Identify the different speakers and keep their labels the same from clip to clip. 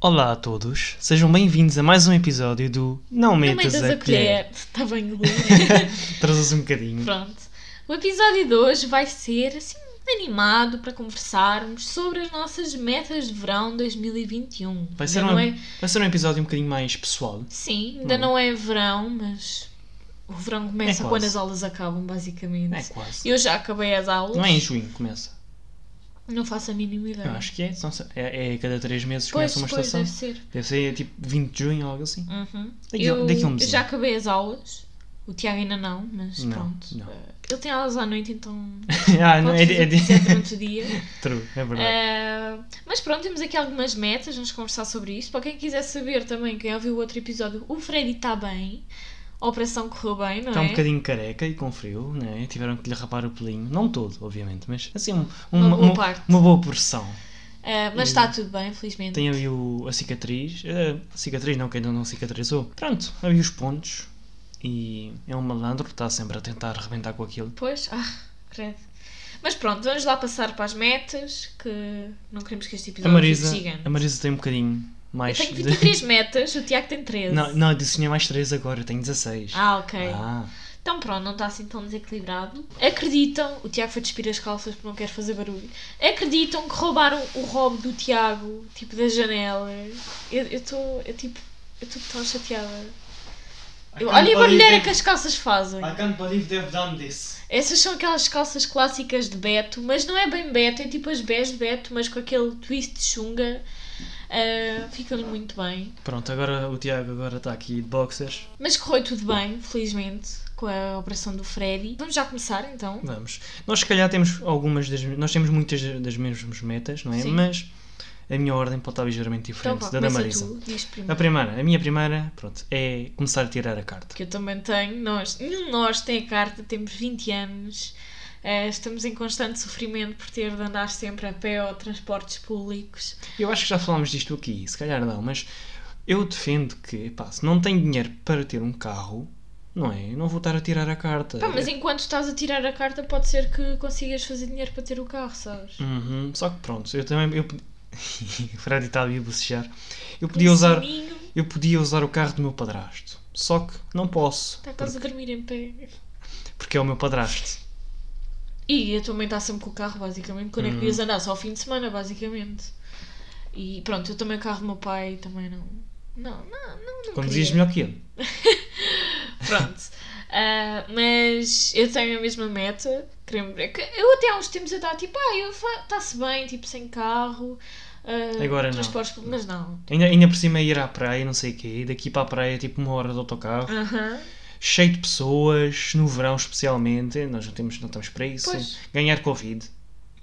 Speaker 1: Olá a todos, sejam bem-vindos a mais um episódio do Não
Speaker 2: Não
Speaker 1: Metas,
Speaker 2: metas a colher. Está bem,
Speaker 1: Trazes um bocadinho.
Speaker 2: Pronto. O episódio de hoje vai ser assim animado para conversarmos sobre as nossas metas de verão 2021.
Speaker 1: Vai ser,
Speaker 2: ainda
Speaker 1: um,
Speaker 2: não é...
Speaker 1: vai ser um episódio um bocadinho mais pessoal.
Speaker 2: Sim, ainda
Speaker 1: Hum.
Speaker 2: não é verão, mas o verão começa
Speaker 1: É
Speaker 2: quando
Speaker 1: quase.
Speaker 2: as aulas acabam, basicamente.
Speaker 1: É quase.
Speaker 2: Eu já acabei as aulas.
Speaker 1: Não é em junho que começa.
Speaker 2: Não faço a mínima ideia.
Speaker 1: Eu acho que é. não sei. é, é cada três meses
Speaker 2: Pois,
Speaker 1: começa uma
Speaker 2: pois,
Speaker 1: estação.
Speaker 2: deve ser.
Speaker 1: Deve ser tipo 20 de junho ou algo assim.
Speaker 2: Uhum.
Speaker 1: Daqui a-
Speaker 2: eu,
Speaker 1: daqui a um
Speaker 2: eu
Speaker 1: mesinho.
Speaker 2: já acabei as aulas. O Tiago ainda não, mas
Speaker 1: Não,
Speaker 2: pronto.
Speaker 1: não.
Speaker 2: Ele tem aulas à noite, então.
Speaker 1: ah, não,
Speaker 2: Pode
Speaker 1: é,
Speaker 2: fazer
Speaker 1: é,
Speaker 2: o que quiser durante o dia.
Speaker 1: true, é verdade.
Speaker 2: Ah, mas pronto, temos aqui algumas metas, vamos conversar sobre isto. Para quem quiser saber também, quem ouviu o outro episódio, o Freddy está bem, a operação correu bem, não
Speaker 1: Está
Speaker 2: é?
Speaker 1: um bocadinho careca e com frio, né? Tiveram que lhe rapar o pelinho. Não todo, obviamente, mas assim, um-
Speaker 2: Uma
Speaker 1: uma,
Speaker 2: boa
Speaker 1: uma,
Speaker 2: parte.
Speaker 1: uma boa porção.
Speaker 2: Ah, mas está tudo bem, felizmente.
Speaker 1: eh, Tem ali o, a cicatriz. A cicatriz não, que ainda não cicatrizou. Pronto, ali os pontos. E é um malandro, está sempre a tentar arrebentar com aquilo.
Speaker 2: Pois, ah, credo. Mas pronto, vamos lá passar para as metas, que não queremos que este
Speaker 1: A
Speaker 2: episódio
Speaker 1: Marisa,
Speaker 2: fique gigante.
Speaker 1: a Marisa tem um bocadinho
Speaker 2: Eu
Speaker 1: mais.
Speaker 2: tenho
Speaker 1: de-
Speaker 2: 23 metas, o Tiago tem 13.
Speaker 1: Não, não, eu disse que tinha mais 3 agora, eu tenho 16.
Speaker 2: Ah, ok.
Speaker 1: Ah,
Speaker 2: Então pronto, não está assim tão desequilibrado. Acreditam, o Tiago foi despir as calças porque não quer fazer barulho. Acreditam que roubaram o roubo do Tiago, tipo da janela. Eu estou, eu tipo, eu estou tão chateada. Eu, olha a barulheira que as calças fazem.
Speaker 1: can't believe they've done this.
Speaker 2: Essas são aquelas calças clássicas de Beto, mas não é bem Beto, é tipo as bés de Beto, mas com aquele twist de chunga. Ah, Fica-lhe muito bem.
Speaker 1: Pronto, agora o Tiago agora está aqui de boxers.
Speaker 2: Mas correu tudo bem, felizmente, com a operação do Freddy. Vamos já começar então.
Speaker 1: Vamos. Nós se calhar temos algumas das nós temos muitas das mesmas metas, não é?
Speaker 2: Sim.
Speaker 1: Mas a minha ordem pode estar ligeiramente diferente
Speaker 2: Então vá,
Speaker 1: da da
Speaker 2: começa
Speaker 1: Marisa.
Speaker 2: tu, diz
Speaker 1: A
Speaker 2: primeiro.
Speaker 1: primeira, a minha primeira, pronto, é começar a tirar a carta.
Speaker 2: Que eu também tenho, nós, nenhum de nós tem a carta, temos 20 anos, eh, estamos em constante sofrimento por ter de andar sempre a pé ou a transportes públicos.
Speaker 1: Eu acho que já falámos disto aqui, se calhar não, mas eu defendo que, pá, se não tenho dinheiro para ter um carro, não é? Eu não vou estar a tirar a carta.
Speaker 2: Pá, mas enquanto estás a tirar a carta, pode ser que consigas fazer dinheiro para ter o carro, sabes?
Speaker 1: Uhum, Só que pronto, eu também. Eu... o Freddy está ali a bocejar. Eu podia, usar,
Speaker 2: Está
Speaker 1: eu podia usar o carro do meu padrasto. Só que não posso.
Speaker 2: tá quase a dormir em pé.
Speaker 1: Porque é o meu padrasto.
Speaker 2: E a tua mãe está sempre com o carro, basicamente. Quando é
Speaker 1: Uhum.
Speaker 2: que ias andar? Só ao fim de semana, basicamente. E pronto, eu também o carro do meu pai também não. Não, não, não. não
Speaker 1: Conduzias
Speaker 2: queria.
Speaker 1: melhor que ele.
Speaker 2: Pronto. Ah, mas eu tenho a mesma meta. queremos- é que Eu até há uns tempos eu estava tipo, ah, está-se bem, tipo, sem carro. ah,
Speaker 1: Agora não.
Speaker 2: transportes públicos", Mas não.
Speaker 1: Ainda, ainda por cima é ir à praia, não sei o quê. Daqui para a praia é tipo uma hora de autocarro.
Speaker 2: Aham.
Speaker 1: cheio de pessoas, no verão especialmente, nós não, temos, não estamos para isso.
Speaker 2: Pois.
Speaker 1: Ganhar Covid.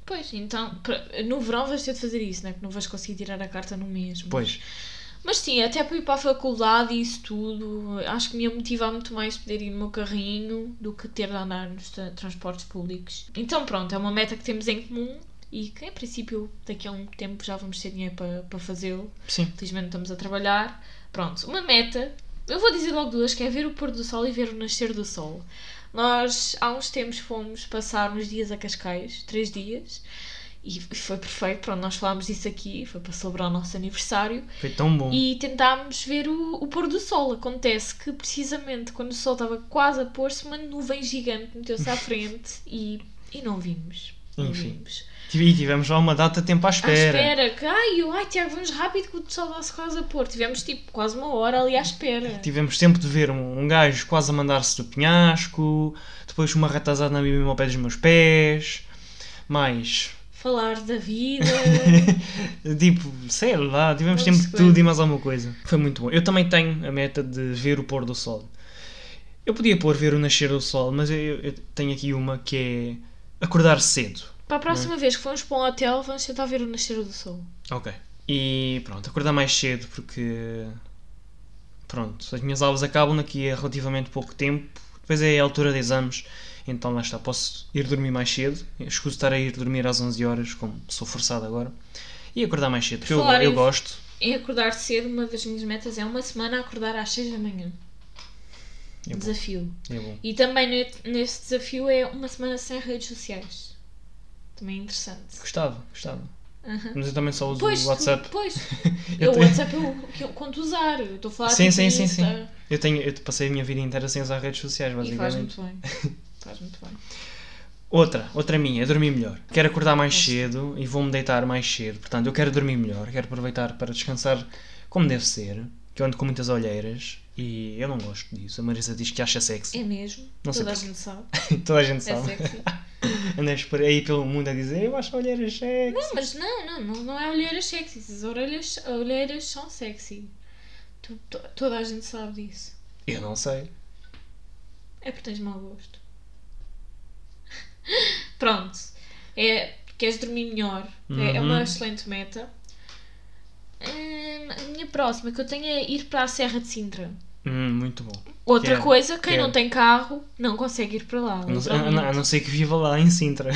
Speaker 2: Pois, então, pra- no verão vais ter de fazer isso, né? Que não vais conseguir tirar a carta no mês. mas-
Speaker 1: Pois,
Speaker 2: Mas sim, até para ir para a faculdade e isso tudo, acho que me ia motivar muito mais poder ir no meu carrinho do que ter de andar nos tra- transportes públicos. Então pronto, é uma meta que temos em comum e que em princípio daqui a um tempo já vamos ter dinheiro para, para fazê-lo.
Speaker 1: sim.
Speaker 2: Felizmente estamos a trabalhar. Pronto, uma meta, eu vou dizer logo duas, que é ver o pôr do sol e ver o nascer do sol. Nós há uns tempos fomos passar uns dias a Cascais, três dias, e foi perfeito, pronto, nós falámos disso aqui, foi para celebrar o nosso aniversário.
Speaker 1: Foi tão bom.
Speaker 2: E tentámos ver o, o pôr do sol. Acontece que, precisamente, quando o sol estava quase a pôr-se, uma nuvem gigante meteu-se à frente e, e não vimos. Não
Speaker 1: Enfim,
Speaker 2: vimos.
Speaker 1: E tivemos lá uma data de tempo à
Speaker 2: À
Speaker 1: espera.
Speaker 2: espera, que ai, eu, ai, Tiago, vamos rápido que o sol está-se quase a pôr. Tivemos tipo quase uma hora
Speaker 1: Hum.
Speaker 2: ali à espera.
Speaker 1: Tivemos tempo de ver um, um gajo quase a mandar-se do penhasco, depois uma ratazada na bíblia ao pé dos meus pés, mais.
Speaker 2: Falar da vida.
Speaker 1: Tipo, sei lá, tivemos
Speaker 2: Não
Speaker 1: tempo de
Speaker 2: se aguenta.
Speaker 1: tudo e mais alguma coisa. Foi muito bom. Eu também tenho a meta de ver o pôr do sol. Eu podia pôr ver o nascer do sol, mas eu, eu tenho aqui uma que é acordar cedo.
Speaker 2: para a próxima
Speaker 1: é?
Speaker 2: vez que formos para um hotel, vamos tentar ver o nascer do sol.
Speaker 1: Ok. E pronto, acordar mais cedo porque. Pronto, as minhas aulas acabam daqui a relativamente pouco tempo. Depois é a altura de exames, então lá está. Posso ir dormir mais cedo. Escuso estar a ir dormir às 11 horas, como sou forçado agora. E acordar mais cedo, porque eu,
Speaker 2: Falar
Speaker 1: eu
Speaker 2: em-
Speaker 1: gosto.
Speaker 2: Em É acordar cedo, uma das minhas metas é uma semana acordar às 6 da manhã.
Speaker 1: É bom.
Speaker 2: Desafio.
Speaker 1: É bom.
Speaker 2: E também ne- neste desafio é uma semana sem redes sociais. Também é interessante.
Speaker 1: Gostava, gostava. Mas eu também só uso
Speaker 2: Pois,
Speaker 1: o WhatsApp.
Speaker 2: Pois.
Speaker 1: Eu
Speaker 2: Eu, o
Speaker 1: tenho-
Speaker 2: WhatsApp eu, que eu quando usar. Eu estou a falar
Speaker 1: Sim,
Speaker 2: tipo
Speaker 1: sim, sim,
Speaker 2: Insta.
Speaker 1: sim. Eu, tenho, eu passei a minha vida inteira sem usar redes sociais,
Speaker 2: E faz
Speaker 1: basicamente.
Speaker 2: muito bem. Faz muito bem.
Speaker 1: Outra, outra minha, é dormir melhor. Quero acordar mais cedo e vou-me deitar mais cedo. Portanto, eu quero dormir melhor, quero aproveitar para descansar como deve ser. Que eu ando com muitas olheiras e eu não gosto disso. A Marisa diz que acha sexy.
Speaker 2: É mesmo.
Speaker 1: Não sei
Speaker 2: Toda a
Speaker 1: porquê.
Speaker 2: gente sabe.
Speaker 1: Toda a gente
Speaker 2: É
Speaker 1: sabe.
Speaker 2: sexy.
Speaker 1: Andas por aí pelo mundo a dizer eu acho olheiras sexy.
Speaker 2: Não, mas não, não, não, não é olheiras sexy. As orelhas, olheiras são sexy. Tu- to- toda a gente sabe disso.
Speaker 1: Eu não sei.
Speaker 2: É porque tens mau gosto. Pronto. É, queres dormir melhor. É, é
Speaker 1: Uhum.
Speaker 2: uma excelente meta. Hum, a minha próxima que eu tenho é ir para a Serra de Sintra.
Speaker 1: Hum, muito bom.
Speaker 2: Outra
Speaker 1: Quero,
Speaker 2: coisa, quem
Speaker 1: quero.
Speaker 2: não tem carro não consegue ir para lá.
Speaker 1: A é? não, ser- a-
Speaker 2: literalmente.
Speaker 1: a- a não ser que viva lá em Sintra.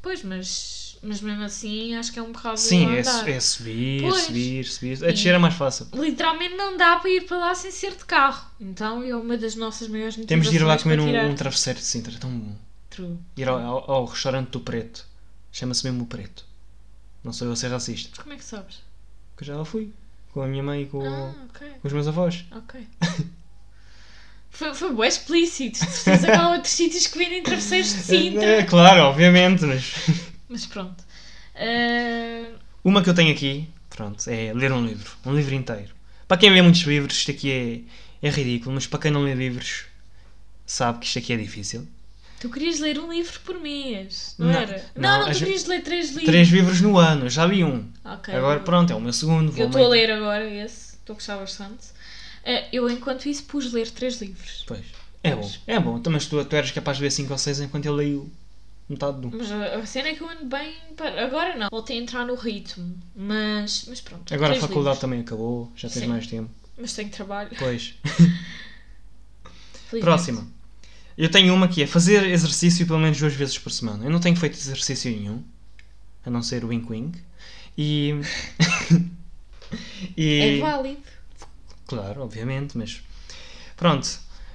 Speaker 2: Pois, mas, mas mesmo assim acho que é um bocado
Speaker 1: Sim,
Speaker 2: não
Speaker 1: é,
Speaker 2: andar.
Speaker 1: su- é subir,
Speaker 2: Pois.
Speaker 1: subir, subir. A descer é mais fácil.
Speaker 2: Literalmente não dá para ir para lá sem ser de carro. Então é uma das nossas maiores
Speaker 1: Temos de ir lá
Speaker 2: motivações
Speaker 1: comer
Speaker 2: para
Speaker 1: um,
Speaker 2: tirar
Speaker 1: um travesseiro de Sintra, é tão bom.
Speaker 2: True.
Speaker 1: Ir ao, ao- ao restaurante do Preto. Chama-se mesmo o Preto. Não sou eu a ser racista,
Speaker 2: Mas como é que sabes?
Speaker 1: porque eu já lá fui. Com a minha mãe e com,
Speaker 2: Ah, ok.
Speaker 1: com os meus avós.
Speaker 2: Ok. foi foi bué explícito. De certeza que há outros sítios que vendem travesseiros de Sintra.
Speaker 1: É, claro, obviamente, mas.
Speaker 2: Mas pronto. Ah,
Speaker 1: Uma que eu tenho aqui, pronto, é ler um livro. Um livro inteiro. Para quem lê muitos livros, isto aqui é, é ridículo, mas para quem não lê livros, sabe que isto aqui é difícil.
Speaker 2: tu querias ler um livro por mês, não,
Speaker 1: Não,
Speaker 2: era? Não,
Speaker 1: não,
Speaker 2: não,
Speaker 1: às
Speaker 2: tu
Speaker 1: ve-
Speaker 2: querias ler três livros.
Speaker 1: Três livros no ano, eu já li um.
Speaker 2: Ok.
Speaker 1: Agora pronto, é o meu segundo. vou
Speaker 2: Eu estou a
Speaker 1: meio-
Speaker 2: ler agora esse. Estou a gostar bastante. Ah, eu, enquanto isso, pus ler três livros.
Speaker 1: Pois. É bom, é bom. Então, mas tu, tu eras capaz de ler 5 ou 6 enquanto eu leio metade de um.
Speaker 2: Mas a a cena é que eu ando bem. para- Agora não. Voltei a entrar no ritmo. Mas, mas pronto.
Speaker 1: Agora a
Speaker 2: três
Speaker 1: faculdade
Speaker 2: livros.
Speaker 1: também acabou, já tens
Speaker 2: Sim.
Speaker 1: mais tempo.
Speaker 2: Mas tenho trabalho.
Speaker 1: Pois.
Speaker 2: felizmente.
Speaker 1: Próxima. Eu tenho uma que é fazer exercício pelo menos duas vezes por semana. Eu não tenho feito exercício nenhum, a não ser o wink wink. E.
Speaker 2: É
Speaker 1: e...
Speaker 2: válido.
Speaker 1: Claro, obviamente, mas. Pronto,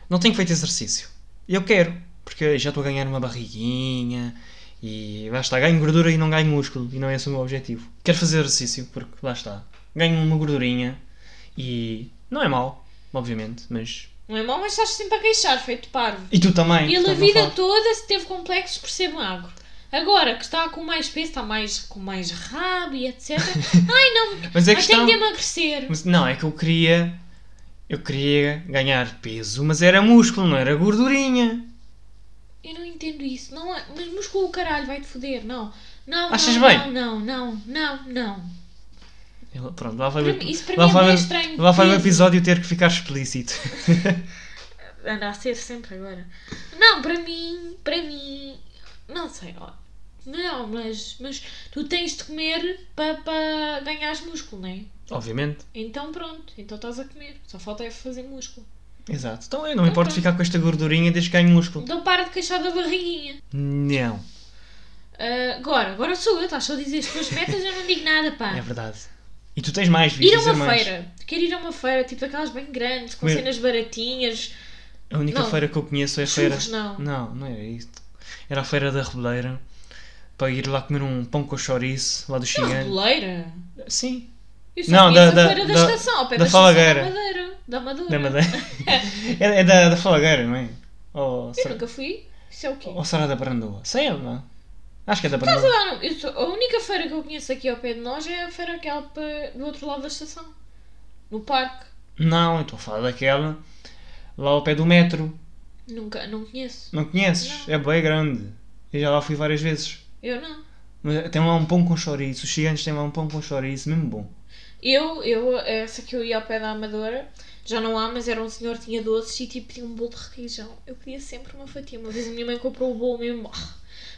Speaker 1: não tenho feito exercício. E eu quero, porque eu já estou a ganhar uma barriguinha e lá está, ganho gordura e não ganho músculo, e não é esse o meu objetivo. Quero fazer exercício, porque lá está, ganho uma gordurinha e não é mau, obviamente, mas.
Speaker 2: Não é mau, mas estás sempre a queixar, feito parvo.
Speaker 1: E tu também,
Speaker 2: Ele a
Speaker 1: portanto, não
Speaker 2: vida
Speaker 1: falo.
Speaker 2: toda se teve complexos por ser magro. Agora que está com mais peso, está mais, com mais rabo e etc. Ai não,
Speaker 1: Mas é
Speaker 2: mas
Speaker 1: questão.
Speaker 2: tenho de emagrecer.
Speaker 1: Mas não, é que eu queria. Eu queria ganhar peso, mas era músculo, não era gordurinha.
Speaker 2: Eu não entendo isso. Não, é- mas músculo o caralho vai-te foder. Não. Não,
Speaker 1: Achas
Speaker 2: não,
Speaker 1: bem?
Speaker 2: Não, não, não, não, não.
Speaker 1: Eu- Pronto, lá vai
Speaker 2: Para
Speaker 1: o-
Speaker 2: mim- isso para
Speaker 1: lá
Speaker 2: mim é
Speaker 1: vai
Speaker 2: bem
Speaker 1: o-
Speaker 2: estranho.
Speaker 1: Lá vai o
Speaker 2: Peso.
Speaker 1: episódio ter que ficar explícito.
Speaker 2: Anda a ser sempre agora. Não, para mim, para mim, não sei, ó. Não, mas, mas tu tens de comer para pa ganhares músculo, não é?
Speaker 1: Obviamente.
Speaker 2: Então pronto, então estás a comer. Só falta é fazer músculo.
Speaker 1: Exato. Então eu não me importo
Speaker 2: Ok.
Speaker 1: ficar com esta gordurinha desde que ganhe músculo.
Speaker 2: Então para de queixar da barriguinha.
Speaker 1: Não.
Speaker 2: Ah, agora, agora sou eu, estás só a dizer as tuas metas, eu não digo nada, pá.
Speaker 1: É verdade. E tu tens mais, devias
Speaker 2: ir a
Speaker 1: dizer
Speaker 2: uma
Speaker 1: mais.
Speaker 2: feira. Quero ir a uma feira, tipo daquelas bem grandes, com
Speaker 1: Comer-
Speaker 2: cenas baratinhas.
Speaker 1: A única
Speaker 2: Não.
Speaker 1: feira que eu conheço é a feira.
Speaker 2: Churros, não.
Speaker 1: Não, não era isso. Era a feira da Reboleira. Para ir lá comer um pão com chouriço lá do
Speaker 2: Não,
Speaker 1: Xingano.
Speaker 2: reboleira.
Speaker 1: Sim,
Speaker 2: Eu só
Speaker 1: Não,
Speaker 2: não,
Speaker 1: da-
Speaker 2: da,
Speaker 1: da-
Speaker 2: a feira da,
Speaker 1: da-
Speaker 2: estação, ao pé
Speaker 1: da
Speaker 2: da, estação
Speaker 1: Falagueira.
Speaker 2: da Madeira. Da Madeira.
Speaker 1: da Madeira. é, é da, da Falagueira, não é? Ou,
Speaker 2: Eu
Speaker 1: será-
Speaker 2: nunca fui. Isso é o quê?
Speaker 1: ou será da Brandoa? Sei eu, não. Acho que é da
Speaker 2: Estás a
Speaker 1: Brandoa.
Speaker 2: dar um- eu sou- a única feira que eu conheço aqui ao pé de nós é a feira aquela pa- do outro lado da estação. No parque.
Speaker 1: Não, eu estou a falar daquela lá ao pé do metro.
Speaker 2: Nunca, não conheço.
Speaker 1: Não conheces?
Speaker 2: Não.
Speaker 1: É bem grande. Eu já lá fui várias vezes.
Speaker 2: Eu não.
Speaker 1: Mas tem lá um pão com chouriço. Os gigantes têm lá um pão com chouriço, mesmo bom.
Speaker 2: Eu, eu, essa que eu ia ao pé da Amadora, já não há, mas era um senhor que tinha doces e tipo tinha um bolo de requeijão. Eu queria sempre uma fatia. Uma vez a minha mãe comprou o bolo mesmo. ah,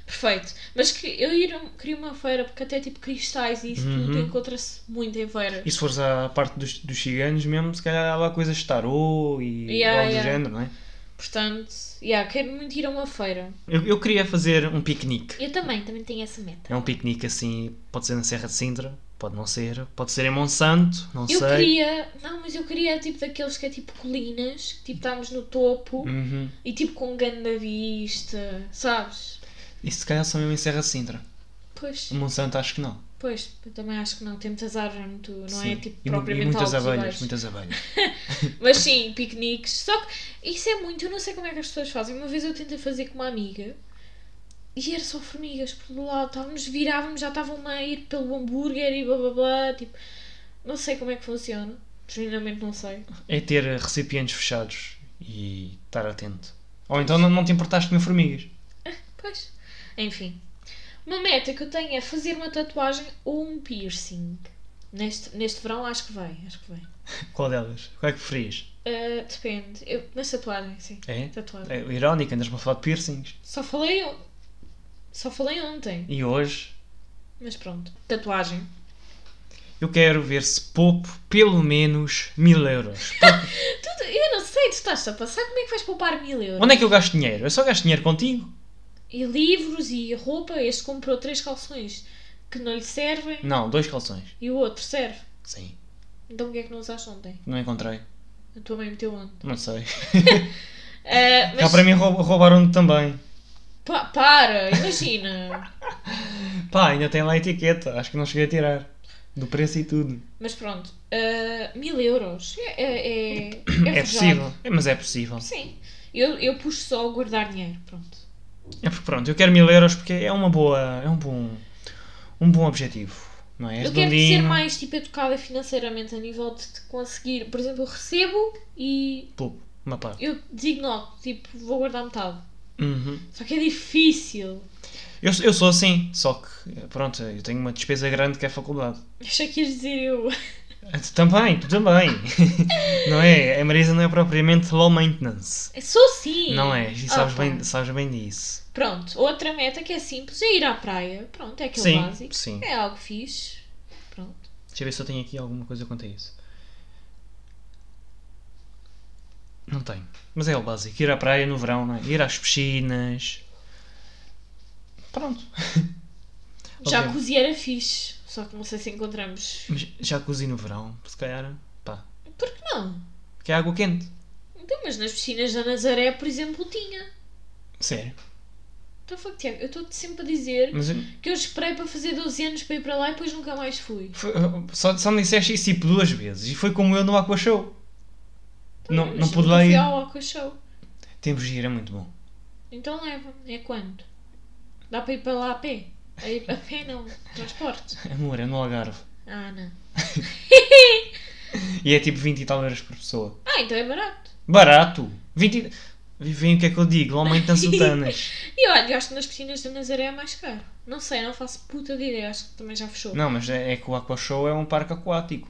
Speaker 2: perfeito. Mas que eu ir, a- queria uma feira, porque até tipo cristais e isso tudo
Speaker 1: Uhum.
Speaker 2: encontra-se muito em feiras.
Speaker 1: E se fores à parte dos, dos gigantes mesmo, se calhar há lá coisas de tarô e
Speaker 2: Yeah,
Speaker 1: algo
Speaker 2: yeah.
Speaker 1: do género, não é?
Speaker 2: Portanto, yeah, quero muito ir a uma feira.
Speaker 1: Eu, eu queria fazer um piquenique.
Speaker 2: Eu também, também tenho essa meta.
Speaker 1: É um piquenique assim, pode ser na Serra de Sintra, pode não ser, pode ser em Monsanto, não
Speaker 2: Eu
Speaker 1: sei.
Speaker 2: queria, não, mas eu queria tipo daqueles que é tipo colinas, que tipo estamos no topo
Speaker 1: Uhum.
Speaker 2: e tipo com grande vista, sabes?
Speaker 1: E se calhar só mesmo em Serra de Sintra.
Speaker 2: Pois.
Speaker 1: Em Monsanto acho que não.
Speaker 2: Pois, eu também acho que não. Temos azar é muito. Não é
Speaker 1: Sim.
Speaker 2: tipo
Speaker 1: E mu- e,
Speaker 2: propriamente
Speaker 1: muitas
Speaker 2: altos e
Speaker 1: abelhas,
Speaker 2: baixos.
Speaker 1: muitas abelhas.
Speaker 2: Mas sim, piqueniques. Só que isso é muito. Eu não sei como é que as pessoas fazem. Uma vez eu tentei fazer com uma amiga e era só formigas por do lado. Estávamos, virávamos, já estavam a ir pelo hambúrguer e blá blá blá. Tipo, não sei como é que funciona. Genuinamente não sei.
Speaker 1: É ter recipientes fechados e estar atento. Ou então não, não te importaste de comer formigas.
Speaker 2: Pois. Enfim. Uma meta que eu tenho é fazer uma tatuagem ou um piercing. Neste, neste verão acho que vai. Acho que vai.
Speaker 1: Qual delas? Qual é que preferias?
Speaker 2: Ah, depende. Eu, mas tatuagem, sim.
Speaker 1: É?
Speaker 2: Tatuagem.
Speaker 1: é irónico, andas-me a falar de piercings.
Speaker 2: Só falei. on- Só falei ontem.
Speaker 1: E hoje
Speaker 2: Mas pronto. Tatuagem.
Speaker 1: eu quero ver se poupo pelo menos mil euros.
Speaker 2: Tu- eu não sei, tu estás a passar, como é que vais poupar mil euros?
Speaker 1: Onde é que eu gasto dinheiro? Eu só gasto dinheiro contigo?
Speaker 2: E livros e roupa, este comprou três calções que não lhe servem
Speaker 1: Não, dois calções.
Speaker 2: e o outro serve.
Speaker 1: Sim.
Speaker 2: Então o que é que não usaste ontem?
Speaker 1: Não encontrei.
Speaker 2: A tua mãe meteu ontem.
Speaker 1: Não sei.
Speaker 2: Ah,
Speaker 1: Cá
Speaker 2: mas
Speaker 1: para mim rou- roubaram-me também.
Speaker 2: pa- para, imagina.
Speaker 1: Pá, ainda tem lá a etiqueta. Acho que não cheguei a tirar. Do preço e tudo.
Speaker 2: mas pronto, ah, mil euros é, é, é,
Speaker 1: É,
Speaker 2: forjado.
Speaker 1: possível. É, mas é possível.
Speaker 2: Sim, eu, eu puxo só a guardar dinheiro, pronto.
Speaker 1: É porque pronto, eu quero mil euros porque é uma boa. É um bom. Um bom objetivo. Não é?
Speaker 2: eu quero ser
Speaker 1: Redondinho,
Speaker 2: mais tipo educada financeiramente a nível de, de conseguir, por exemplo, eu recebo e
Speaker 1: pouco, Uma parte.
Speaker 2: eu designo, tipo, vou guardar metade.
Speaker 1: Uhum.
Speaker 2: Só que é difícil.
Speaker 1: Eu, eu sou assim, só que pronto, eu tenho uma despesa grande que é a faculdade.
Speaker 2: Achei que ias dizer eu.
Speaker 1: Tu também, tu também. não é? A Marisa não é propriamente low maintenance.
Speaker 2: Sou sim.
Speaker 1: Não é? E
Speaker 2: Ah,
Speaker 1: sabes,
Speaker 2: pá.
Speaker 1: bem, sabes bem disso.
Speaker 2: Pronto, outra meta que é simples é ir à praia. Pronto, é aquele
Speaker 1: sim,
Speaker 2: básico.
Speaker 1: sim.
Speaker 2: É algo fixe. Pronto.
Speaker 1: Deixa eu ver se eu tenho aqui alguma coisa quanto a isso. Não tenho. Mas é o básico. Ir à praia no verão, não é? Ir às piscinas. Pronto.
Speaker 2: Já
Speaker 1: Ok.
Speaker 2: cozi era fixe. Só que não sei se encontramos.
Speaker 1: Mas já cozi no verão, se calhar. Pá.
Speaker 2: Por que não?
Speaker 1: Porque é água quente.
Speaker 2: Então, mas nas piscinas da Nazaré, por exemplo, tinha.
Speaker 1: Sério.
Speaker 2: Então, fuck, Tiago, eu estou-te sempre a dizer
Speaker 1: Mas eu-
Speaker 2: que eu esperei para fazer 12 anos para ir para lá e depois nunca mais fui.
Speaker 1: foi- só, só me disseste isso tipo duas vezes. E foi como eu no Aqua Show. Não, não
Speaker 2: Mas
Speaker 1: pude
Speaker 2: nunca
Speaker 1: lá
Speaker 2: Então, assim, fui
Speaker 1: ir.
Speaker 2: ao Aqua Show.
Speaker 1: Temos de ir, é muito bom.
Speaker 2: Então leva-me. É quando? Dá para ir para lá a pé? A, a pé não. Transporte.
Speaker 1: Amor, é no Algarve.
Speaker 2: Ah, não.
Speaker 1: E é tipo 20 e tal euros por pessoa.
Speaker 2: Ah, então é barato.
Speaker 1: Barato! 20. Vem o que é que eu digo? Aumento das sultanas.
Speaker 2: E olha, eu acho que nas piscinas da Nazaré é mais caro. Não sei, não faço puta de ideia. Acho que também já fechou.
Speaker 1: Não, mas é, é que o Aqua Show é um parque aquático.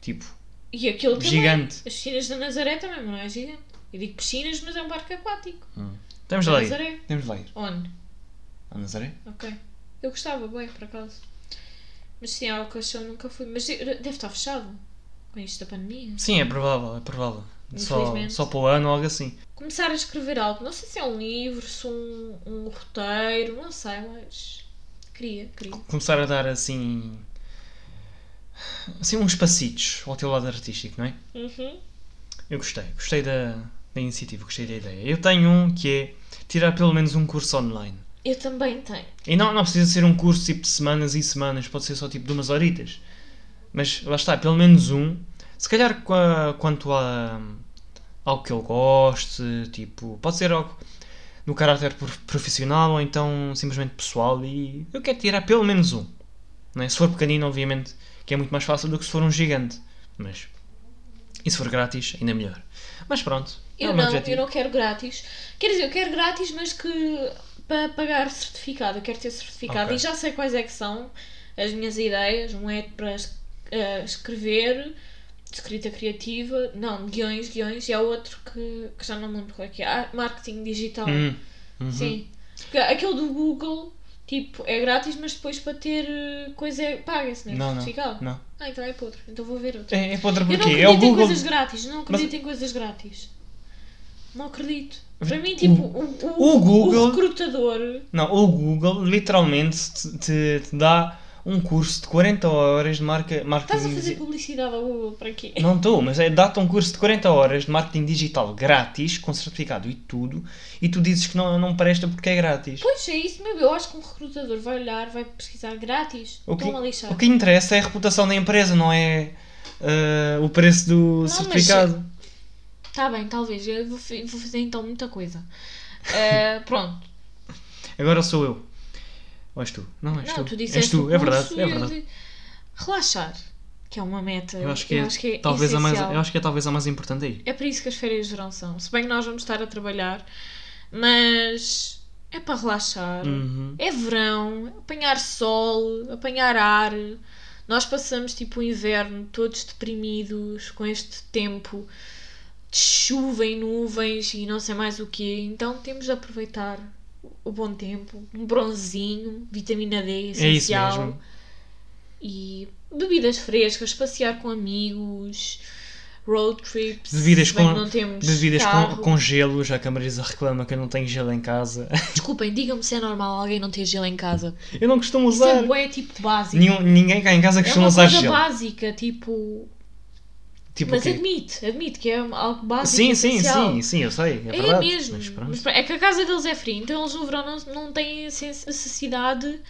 Speaker 1: Tipo,
Speaker 2: E aquilo também.
Speaker 1: gigante.
Speaker 2: As piscinas da Nazaré também, mas não é gigante. Eu digo piscinas, mas é um parque aquático.
Speaker 1: Hum. Temos de
Speaker 2: Da
Speaker 1: lá ir.
Speaker 2: Nazaré.
Speaker 1: Temos de lá ir.
Speaker 2: Onde?
Speaker 1: A Nazaré?
Speaker 2: Ok. Eu gostava, bem, por acaso. Mas sim, ao colchão nunca fui. Mas de- deve estar fechado. Com isto da pandemia.
Speaker 1: Sim, é provável, é provável. Só,
Speaker 2: Infelizmente.
Speaker 1: só para o ano ou algo assim.
Speaker 2: Começar a escrever algo. Não sei se é um livro, se um, um roteiro, não sei, mas. Queria, queria.
Speaker 1: Começar a dar assim. Assim uns passitos ao teu lado artístico, não é?
Speaker 2: Uhum.
Speaker 1: Eu gostei, gostei da, da iniciativa, gostei da ideia. Eu tenho um que é tirar pelo menos um curso online.
Speaker 2: Eu também tenho.
Speaker 1: E não, não precisa ser um curso tipo de semanas e semanas, pode ser só tipo de umas horitas. Mas lá está, pelo menos um. Se calhar qua- quanto a algo que eu goste, tipo, pode ser algo no caráter prof- profissional ou então simplesmente pessoal e eu quero tirar pelo menos um. Não é? Se for pequenino, obviamente, que é muito mais fácil do que se for um gigante. Mas e se for grátis, ainda melhor. Mas pronto, é
Speaker 2: Eu
Speaker 1: o meu
Speaker 2: não,
Speaker 1: objetivo.
Speaker 2: eu não quero grátis. Quer dizer, eu quero grátis, mas que para pagar certificado. Eu quero ter certificado
Speaker 1: Ok.
Speaker 2: e já sei quais é que são as minhas ideias. Um é para es- eh, escrever, de escrita criativa, não, de guiões, guiões, e há outro que, que já não me lembro qual é que é. Ah, marketing digital.
Speaker 1: Hum, uhum.
Speaker 2: Sim. Porque aquele do Google, tipo, é grátis, mas depois para ter eh, coisa é, paga-se, né?
Speaker 1: Uhum. Não, não,
Speaker 2: certificado.
Speaker 1: não.
Speaker 2: Ah, então é para outro. Então vou ver outro.
Speaker 1: É, é podre
Speaker 2: Eu não
Speaker 1: porquê?
Speaker 2: acredito
Speaker 1: É o
Speaker 2: em
Speaker 1: Google.
Speaker 2: coisas grátis, não acredito em coisas grátis. Não acredito. Para mim, tipo, o, o,
Speaker 1: o Google-
Speaker 2: o recrutador.
Speaker 1: Não, o Google literalmente te, te- te dá um curso de 40 horas de marca, marketing.
Speaker 2: Estás a fazer
Speaker 1: digi-
Speaker 2: publicidade ao Google para quê?
Speaker 1: Não estou, mas é dá-te um curso de 40 horas de marketing digital grátis, com certificado e tudo, e tu dizes que não, não presta porque é grátis.
Speaker 2: Pois é isso mesmo, eu acho que um recrutador vai olhar, vai pesquisar grátis.
Speaker 1: O que,
Speaker 2: Estão a lixar.
Speaker 1: o que interessa é a reputação da empresa, não é ah, o preço do
Speaker 2: mas-
Speaker 1: certificado.
Speaker 2: Tá bem, talvez. Eu vou, fi- vou fazer então muita coisa. Ah, pronto.
Speaker 1: Agora sou eu. Ou és tu? Não, és
Speaker 2: não,
Speaker 1: tu.
Speaker 2: tu
Speaker 1: és
Speaker 2: disseste.
Speaker 1: tu,
Speaker 2: o
Speaker 1: é verdade,
Speaker 2: curso
Speaker 1: é
Speaker 2: e eu
Speaker 1: verdade.
Speaker 2: di- Relaxar, que é uma meta.
Speaker 1: Eu acho que é, talvez a mais, eu acho que é talvez a mais importante aí.
Speaker 2: É para isso que as férias de verão são. Se bem que nós vamos estar a trabalhar, mas é para relaxar.
Speaker 1: Uhum.
Speaker 2: É verão, apanhar sol, apanhar ar. Nós passamos tipo o inverno todos deprimidos com este tempo de chuva e nuvens e não sei mais o quê. Então temos de aproveitar o bom tempo, um bronzinho, vitamina D
Speaker 1: É isso
Speaker 2: essencial
Speaker 1: mesmo.
Speaker 2: e bebidas frescas, passear com amigos, road trips.
Speaker 1: Bebidas
Speaker 2: se bem
Speaker 1: com-
Speaker 2: que não temos
Speaker 1: Bebidas com,
Speaker 2: carro.
Speaker 1: com gelo, já que a Marisa reclama que eu não tenho gelo em casa.
Speaker 2: Desculpem, digam-me se é normal alguém não ter gelo em casa.
Speaker 1: Eu não costumo
Speaker 2: Isso
Speaker 1: usar.
Speaker 2: é bué, tipo básico.
Speaker 1: Nenhum- ninguém cá em casa
Speaker 2: É
Speaker 1: costuma
Speaker 2: uma
Speaker 1: usar
Speaker 2: coisa
Speaker 1: gelo.
Speaker 2: básica, tipo.
Speaker 1: Tipo o
Speaker 2: mas
Speaker 1: quê?
Speaker 2: admite, admite que é algo básico.
Speaker 1: Sim, sim,
Speaker 2: essencial.
Speaker 1: sim, sim, eu sei, é
Speaker 2: É,
Speaker 1: verdade.
Speaker 2: mesmo.
Speaker 1: Mas pronto.
Speaker 2: Mas pronto, é que a casa deles é fria, então eles no verão não, não têm essa necessidade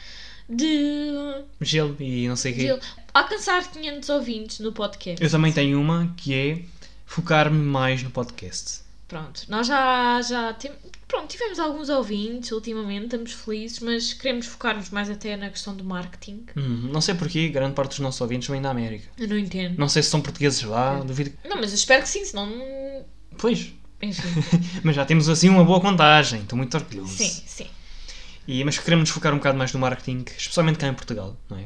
Speaker 2: de.
Speaker 1: Gelo e não sei o
Speaker 2: de
Speaker 1: quê.
Speaker 2: alcançar 500 ouvintes no podcast.
Speaker 1: Eu também tenho uma que é focar-me mais no podcast.
Speaker 2: Pronto, nós já, já tem- pronto, tivemos alguns ouvintes ultimamente, estamos felizes, mas queremos focar-nos mais até na questão do marketing.
Speaker 1: Hum, não sei porquê, grande parte dos nossos ouvintes vem da América.
Speaker 2: Eu não entendo.
Speaker 1: Não sei se são portugueses lá, duvido. que-
Speaker 2: Não, mas eu espero que sim, senão. não-
Speaker 1: Pois,
Speaker 2: Enfim,
Speaker 1: mas já temos assim uma boa contagem, estou muito orgulhoso.
Speaker 2: sim, sim.
Speaker 1: E, mas queremos nos focar um bocado mais no marketing, especialmente cá em Portugal, não é?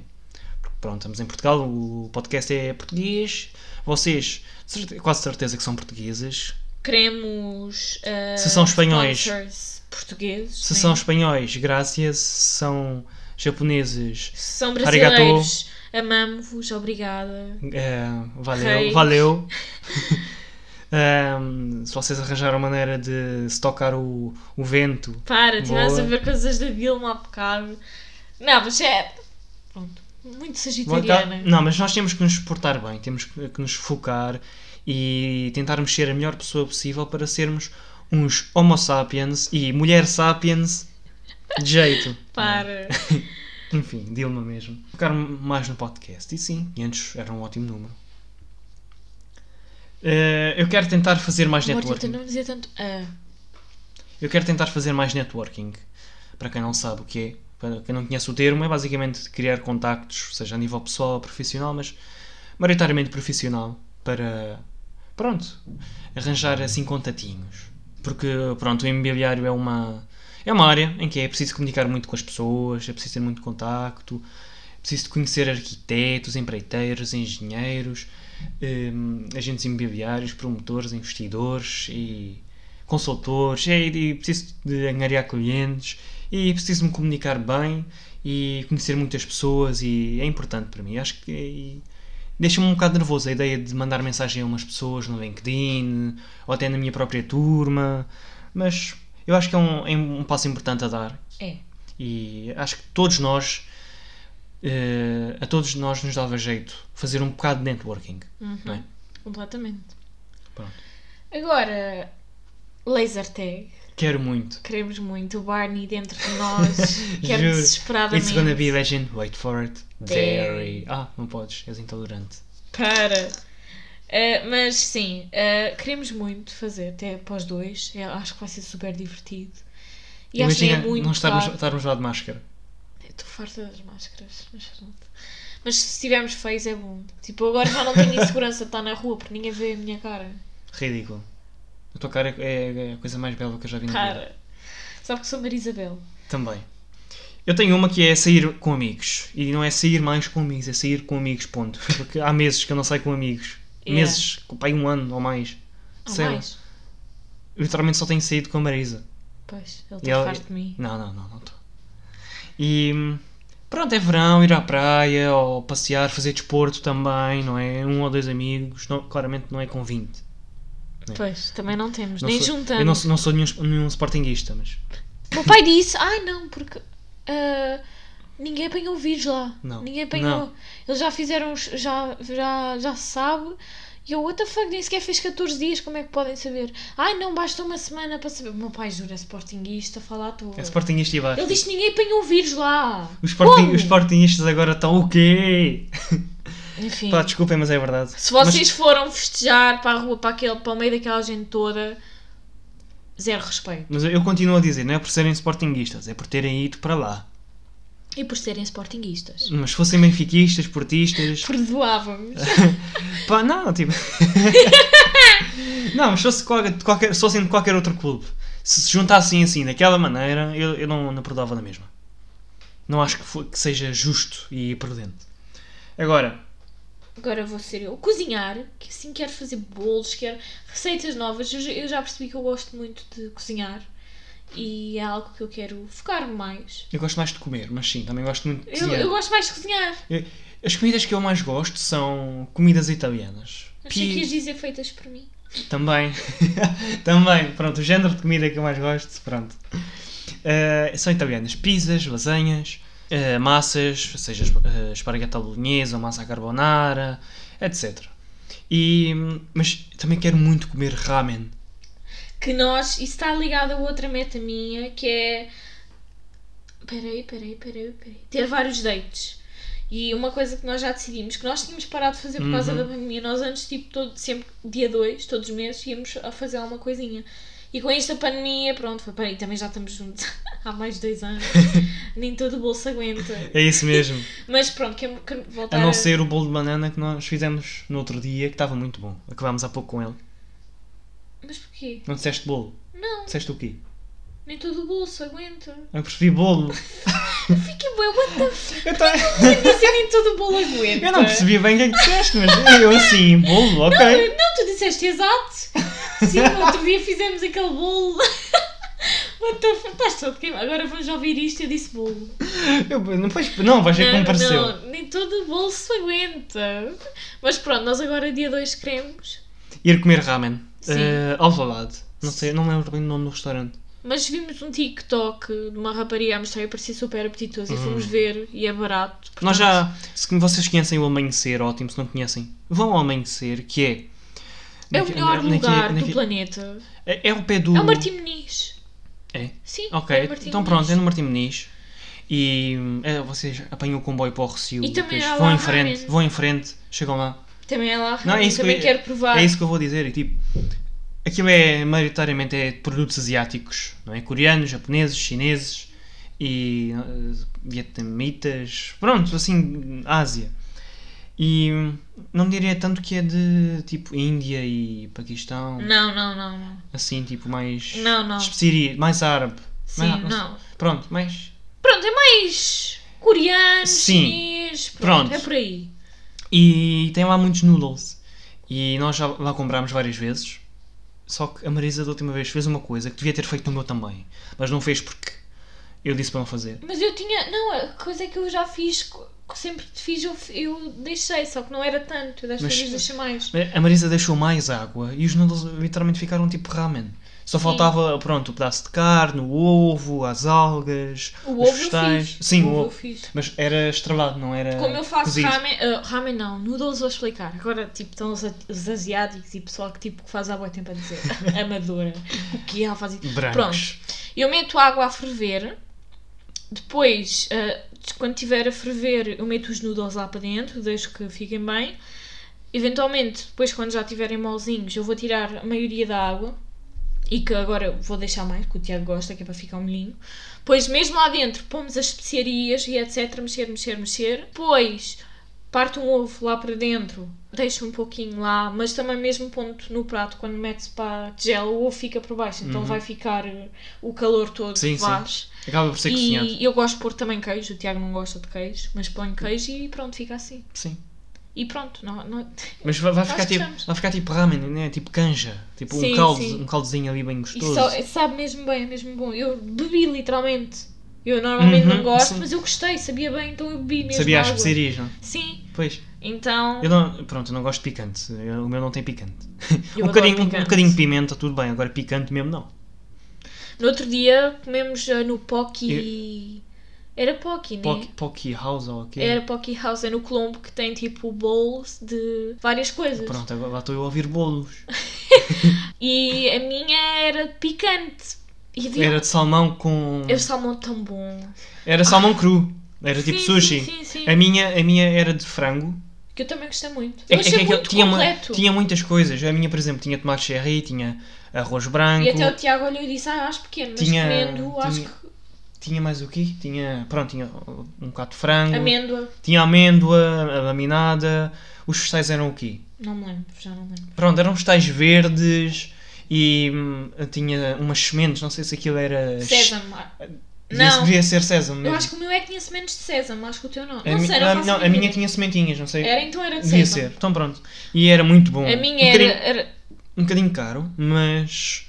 Speaker 1: Porque pronto, estamos em Portugal, o podcast é português, vocês de certe- quase certeza que são portugueses.
Speaker 2: Queremos. ah,
Speaker 1: Se são espanhóis.
Speaker 2: sponsors portugueses.
Speaker 1: Se
Speaker 2: né?
Speaker 1: são espanhóis, graças. Se são japoneses,
Speaker 2: Se são
Speaker 1: Arigato.
Speaker 2: brasileiros, amamos-vos, obrigada.
Speaker 1: eh, valeu.
Speaker 2: Reis.
Speaker 1: valeu. Ahm, se vocês arranjaram maneira de se tocar o, o vento,
Speaker 2: Para, tivemos a
Speaker 1: Boa.
Speaker 2: ver coisas da Dilma há bocado. Não, mas é. Pronto, muito
Speaker 1: Vou cá-
Speaker 2: sagitariana.
Speaker 1: então, Não, mas nós temos que nos portar bem, temos que que nos focar e tentarmos ser a melhor pessoa possível para sermos uns Homo sapiens e mulher sapiens de jeito.
Speaker 2: Para.
Speaker 1: Enfim, Dilma mesmo. Focar mais no podcast. E sim, 500 era um ótimo número. Eh, eu quero tentar fazer mais
Speaker 2: Amor, tenta
Speaker 1: networking.
Speaker 2: não dizer tanto. ah.
Speaker 1: Eu quero tentar fazer mais networking. Para quem não sabe o que é, para quem não conhece o termo, é basicamente criar contactos, seja a nível pessoal ou profissional, mas maioritariamente profissional, para, pronto, arranjar assim contatinhos. Porque, pronto, o imobiliário é uma, é uma área em que é preciso comunicar muito com as pessoas, é preciso ter muito contacto, é preciso de conhecer arquitetos, empreiteiros, engenheiros, hum, agentes imobiliários, promotores, investidores e consultores, é, e preciso de angariar clientes e preciso me comunicar bem e conhecer muitas pessoas e é importante para mim. Acho que e deixa-me um bocado nervoso a ideia de mandar mensagem a umas pessoas no LinkedIn ou até na minha própria turma, mas eu acho que é um, é um passo importante a dar
Speaker 2: É.
Speaker 1: e acho que todos nós eh, a todos nós nos dava jeito fazer um bocado de networking.
Speaker 2: Uhum.
Speaker 1: não é?
Speaker 2: Completamente.
Speaker 1: Pronto.
Speaker 2: Agora, laser tag.
Speaker 1: Quero muito.
Speaker 2: Queremos muito o Barney dentro de nós. Quero
Speaker 1: Juro.
Speaker 2: desesperadamente.
Speaker 1: It's gonna be legend. Wait for it.
Speaker 2: Dairy.
Speaker 1: Dairy. Ah, não podes, és intolerante.
Speaker 2: Para. Uh, mas sim, uh, queremos muito fazer até para os dois. Eu acho que vai ser super divertido. E acho que é
Speaker 1: Imagina
Speaker 2: muito.
Speaker 1: não estarmos,
Speaker 2: caro.
Speaker 1: estarmos lá de máscara.
Speaker 2: Eu Estou farta das máscaras, mas pronto. Mas se estivermos feios é bom. Tipo, eu agora já não tenho insegurança de estar na rua porque ninguém vê a minha cara.
Speaker 1: Ridículo. A tua cara é é a coisa mais bela que eu já vi na vida.
Speaker 2: Para. Sabe que sou Maria Isabel.
Speaker 1: Também. Eu tenho uma que é sair com amigos. E não é sair mais com amigos, é sair com amigos, ponto. Porque há meses que eu não saio com amigos.
Speaker 2: Yeah.
Speaker 1: Meses, pai, um ano ou mais.
Speaker 2: É. Ou
Speaker 1: Sei lá.
Speaker 2: mais?
Speaker 1: Eu literalmente só tenho saído com a Marisa.
Speaker 2: Pois, ele
Speaker 1: E
Speaker 2: está
Speaker 1: ela-
Speaker 2: farto de mim.
Speaker 1: Não, não, não, não estou. E hum, pronto, é verão, ir à praia ou passear, fazer desporto também, não é? Um ou dois amigos, não- claramente não é com 20.
Speaker 2: Pois, também não temos.
Speaker 1: É. Não
Speaker 2: Nem
Speaker 1: sou-
Speaker 2: juntamos.
Speaker 1: Eu não, sou- não sou nenhum, nenhum sportinguista, mas.
Speaker 2: Meu pai disse, ai não, porque ah, Ninguém apanhou o vírus lá.
Speaker 1: Não.
Speaker 2: Ninguém apanhou.
Speaker 1: Não.
Speaker 2: Eles já fizeram. os- Já, já, já se sabe. E eu, what the fuck, nem sequer fez 14 dias, como é que podem saber? Ai não, basta uma semana para saber. O meu pai jura, é sportinguista, fala à toa.
Speaker 1: É Sportingista e baixo.
Speaker 2: Ele disse que ninguém apanhou o vírus lá.
Speaker 1: Os, sporting,
Speaker 2: Como?
Speaker 1: os Sportingistas agora estão o quê?
Speaker 2: Enfim.
Speaker 1: Pá, desculpem, mas é verdade.
Speaker 2: Se vocês foram festejar para a rua, para, aquele, para o meio daquela gente toda, zero respeito.
Speaker 1: Mas, mas eu continuo a dizer, não é por serem Sportinguistas, é por terem ido para lá.
Speaker 2: E por serem sportinguistas.
Speaker 1: Mas se fossem benfiquistas, portistas...
Speaker 2: Perdoávamos.
Speaker 1: Pá, não, tipo... não, mas se fosse qualquer, de qualquer, se fossem de qualquer outro clube, se se juntassem assim, daquela maneira, eu, eu não, não perdoava da mesma. Não acho que, fo- que seja justo e prudente. Agora,
Speaker 2: Agora vou ser eu. Cozinhar, que assim quero fazer bolos, quero receitas novas. Eu, já- eu já percebi que eu gosto muito de cozinhar e é algo que eu quero focar mais.
Speaker 1: eu gosto mais de comer, mas sim, também gosto muito de
Speaker 2: Eu,
Speaker 1: cozinhar.
Speaker 2: eu gosto mais de cozinhar.
Speaker 1: Eu- As comidas que eu mais gosto são comidas italianas.
Speaker 2: Achei que
Speaker 1: Pi-
Speaker 2: ias dizer feitas por mim.
Speaker 1: Também. Também. Pronto, o género de comida que eu mais gosto, pronto. Eh, são italianas. Pizzas, lasanhas, eh, massas, seja esp- eh, esparguete à bolonhesa ou massa à carbonara, etc. E, mas também quero muito comer ramen.
Speaker 2: Que nós, isso está ligado a outra meta minha, que é. Peraí, peraí, peraí, peraí. Ter vários dates. E uma coisa que nós já decidimos, que nós tínhamos parado de fazer por causa
Speaker 1: Uhum.
Speaker 2: da pandemia, nós antes, tipo, todo, sempre dia 2, todos os meses, íamos a fazer alguma coisinha. E com esta pandemia, pronto, foi, peraí, também já estamos juntos há mais de dois anos, nem todo o bolso aguenta.
Speaker 1: É isso mesmo.
Speaker 2: Mas pronto, quero, quero voltar
Speaker 1: A não ser o bolo de banana que nós fizemos no outro dia, que estava muito bom. Acabámos há pouco com ele.
Speaker 2: Mas porquê?
Speaker 1: Não disseste bolo?
Speaker 2: Não,
Speaker 1: Disseste o quê?
Speaker 2: nem todo o bolso aguenta.
Speaker 1: Eu preferi bolo.
Speaker 2: Fica bem, what the fuck?
Speaker 1: Eu também-
Speaker 2: Dizer nem todo o bolo aguenta.
Speaker 1: Eu não percebi bem o que é que disseste, mas eu assim, bolo, ok.
Speaker 2: Não, tu disseste exato. Sim, no outro dia fizemos aquele bolo. What the fuck? Estás todo queimado. Agora vamos ouvir isto. Eu disse bolo.
Speaker 1: Eu, não, pois, não, vais ver como é pareceu.
Speaker 2: não, nem todo bolo se aguenta. Mas pronto, nós agora dia 2 queremos.
Speaker 1: Ir comer ramen.
Speaker 2: Sim.
Speaker 1: Eh, Alvalade. Não sei, não lembro bem o nome do restaurante.
Speaker 2: Mas vimos um TikTok de uma rapariga a mostrar e parecia super apetitoso. E
Speaker 1: Hum.
Speaker 2: fomos ver e é barato.
Speaker 1: Nós
Speaker 2: portanto,
Speaker 1: já, se vocês conhecem o Amanhecer, ótimo, se não conhecem, vão ao Amanhecer, que é...
Speaker 2: É o
Speaker 1: naque-
Speaker 2: melhor
Speaker 1: naque-
Speaker 2: lugar do
Speaker 1: naque-
Speaker 2: planeta.
Speaker 1: É, é ao pé do...
Speaker 2: É o Martim Meniz.
Speaker 1: É?
Speaker 2: Sim,
Speaker 1: Ok,
Speaker 2: é o Martim
Speaker 1: então pronto, é
Speaker 2: Moniz.
Speaker 1: no Martim Meniz. E eh, vocês apanham o comboio para o Recio.
Speaker 2: E também há lá
Speaker 1: vão em
Speaker 2: ramen.
Speaker 1: frente, vão em frente, chegam lá.
Speaker 2: Também é lá.
Speaker 1: Não, é isso que
Speaker 2: também
Speaker 1: eu-
Speaker 2: quero provar.
Speaker 1: É isso que eu vou dizer. E tipo, aquilo é maioritariamente é de produtos asiáticos, não é? Coreanos, japoneses, chineses e eh, vietnamitas, pronto, assim, Ásia. E hum, não diria tanto que é de tipo Índia e Paquistão,
Speaker 2: Não, não, não. não.
Speaker 1: assim, tipo mais
Speaker 2: Não, não.
Speaker 1: especiaria- mais árabe.
Speaker 2: Sim,
Speaker 1: Mas-
Speaker 2: não.
Speaker 1: Pronto, mais
Speaker 2: Pronto, é mais coreano,
Speaker 1: Sim.
Speaker 2: chinês, pronto,
Speaker 1: Pronto.
Speaker 2: é por aí.
Speaker 1: E tem lá muitos noodles. E nós já lá comprámos várias vezes. Só que a Marisa da última vez fez uma coisa que devia ter feito no meu também. Mas não fez porque eu disse para não fazer.
Speaker 2: Mas eu tinha, não, a coisa é que eu já fiz, co- que sempre te fiz, eu, fi- eu deixei, só que não era tanto, eu desta
Speaker 1: Mas-
Speaker 2: vez deixei mais.
Speaker 1: A Marisa deixou mais água e os noodles literalmente ficaram tipo ramen. Só
Speaker 2: Sim.
Speaker 1: faltava, pronto, o pedaço de carne, o ovo, as algas,
Speaker 2: O
Speaker 1: os
Speaker 2: ovo eu
Speaker 1: vegetais.
Speaker 2: fiz.
Speaker 1: Sim,
Speaker 2: o
Speaker 1: o
Speaker 2: ovo eu
Speaker 1: ovo.
Speaker 2: fiz.
Speaker 1: Mas era estrelado, não era.
Speaker 2: Como eu faço
Speaker 1: cozido.
Speaker 2: ramen, ah, ramen não, noodles vou explicar. Agora, tipo, estão os, a- os asiáticos e pessoal que tipo que faz há boi tempo a dizer, amadora, o que ela faz isso?
Speaker 1: Brancos.
Speaker 2: Pronto. Eu meto a água a ferver, depois, ah, quando estiver a ferver, eu meto os noodles lá para dentro, deixo que fiquem bem. Eventualmente, depois, quando já estiverem molzinhos, eu vou tirar a maioria da água e que agora vou deixar mais, que o Tiago gosta, que é para ficar um molhinho. Pois, mesmo lá dentro, pomos as especiarias e etc. Mexer, mexer, mexer. Depois, parto um ovo lá para dentro, deixo um pouquinho lá, mas também, mesmo ponto no prato, quando metes para a tigela, o ovo fica por baixo, então
Speaker 1: Uhum.
Speaker 2: vai ficar eh, o calor todo
Speaker 1: Sim,
Speaker 2: sim,
Speaker 1: sim. Acaba por ser cozinhado.
Speaker 2: E eu gosto de pôr também queijo, o Tiago não gosta de queijo, mas põe queijo e pronto, fica assim.
Speaker 1: Sim.
Speaker 2: E pronto, não, não...
Speaker 1: Mas vai, vai
Speaker 2: Nós
Speaker 1: ficar tipo,
Speaker 2: gostamos.
Speaker 1: vai ficar tipo ramen, né? tipo canja. Tipo
Speaker 2: Sim,
Speaker 1: um, caldo,
Speaker 2: sim.
Speaker 1: um caldozinho ali bem
Speaker 2: E
Speaker 1: gostoso.
Speaker 2: só, sabe mesmo bem, é mesmo bom. Eu bebi literalmente. Eu normalmente não
Speaker 1: Uhum,
Speaker 2: gosto,
Speaker 1: sim.
Speaker 2: mas eu gostei, sabia bem, então eu bebi mesmo.
Speaker 1: Sabia as
Speaker 2: água.
Speaker 1: especiarias, não?
Speaker 2: Sim,
Speaker 1: Pois.
Speaker 2: então.
Speaker 1: Eu não, pronto, eu não gosto de picante. Eu- o meu não tem picante.
Speaker 2: Eu
Speaker 1: um,
Speaker 2: adoro
Speaker 1: bocadinho, um-
Speaker 2: picante.
Speaker 1: um bocadinho de pimenta, tudo bem. Agora picante mesmo, não.
Speaker 2: No outro dia comemos ah, no POC e. eh, Era Pocky, né?
Speaker 1: Pocky, Pocky House ou o quê?
Speaker 2: Era Pocky House, é no Colombo que tem tipo bowls de várias coisas.
Speaker 1: Pronto, agora estou eu a ouvir bolos.
Speaker 2: E a minha era picante. E havia-
Speaker 1: Era de salmão com.
Speaker 2: É o salmão tão bom.
Speaker 1: Era salmão cru. Era tipo
Speaker 2: Sim,
Speaker 1: sushi.
Speaker 2: Sim, sim, sim.
Speaker 1: A, minha, a minha era de frango.
Speaker 2: Que eu também gostei muito.
Speaker 1: É-
Speaker 2: Eu
Speaker 1: é
Speaker 2: achei
Speaker 1: que aquilo
Speaker 2: muito
Speaker 1: tinha, mu-
Speaker 2: completo.
Speaker 1: tinha muitas coisas. A minha, por exemplo, tinha tomate cherry, tinha arroz branco,
Speaker 2: E até o Tiago olhou e disse, ah, acho pequeno, mas
Speaker 1: Tinha-
Speaker 2: comendo, acho
Speaker 1: tinha-
Speaker 2: que
Speaker 1: tinha mais o quê? Tinha, pronto, tinha um bocado de frango,
Speaker 2: amêndoa.
Speaker 1: tinha amêndoa, laminada. Os vegetais eram o quê?
Speaker 2: Não me lembro, já não me lembro.
Speaker 1: Pronto, eram vegetais verdes e hum, tinha umas sementes, não sei se aquilo era...
Speaker 2: Sésamo. ah,
Speaker 1: Devia,
Speaker 2: Não.
Speaker 1: devia ser sésamo
Speaker 2: Eu
Speaker 1: mesmo.
Speaker 2: acho que o meu é que tinha sementes de sésamo, acho que o teu não.
Speaker 1: a,
Speaker 2: não
Speaker 1: mi-
Speaker 2: sei, não
Speaker 1: a-
Speaker 2: faço
Speaker 1: não, a
Speaker 2: ideia.
Speaker 1: minha tinha sementinhas, não sei.
Speaker 2: Era então era de
Speaker 1: devia
Speaker 2: sésamo.
Speaker 1: ser, então pronto. E era muito bom.
Speaker 2: A
Speaker 1: Um
Speaker 2: minha era,
Speaker 1: bocadinho-
Speaker 2: era-
Speaker 1: um bocadinho caro, mas,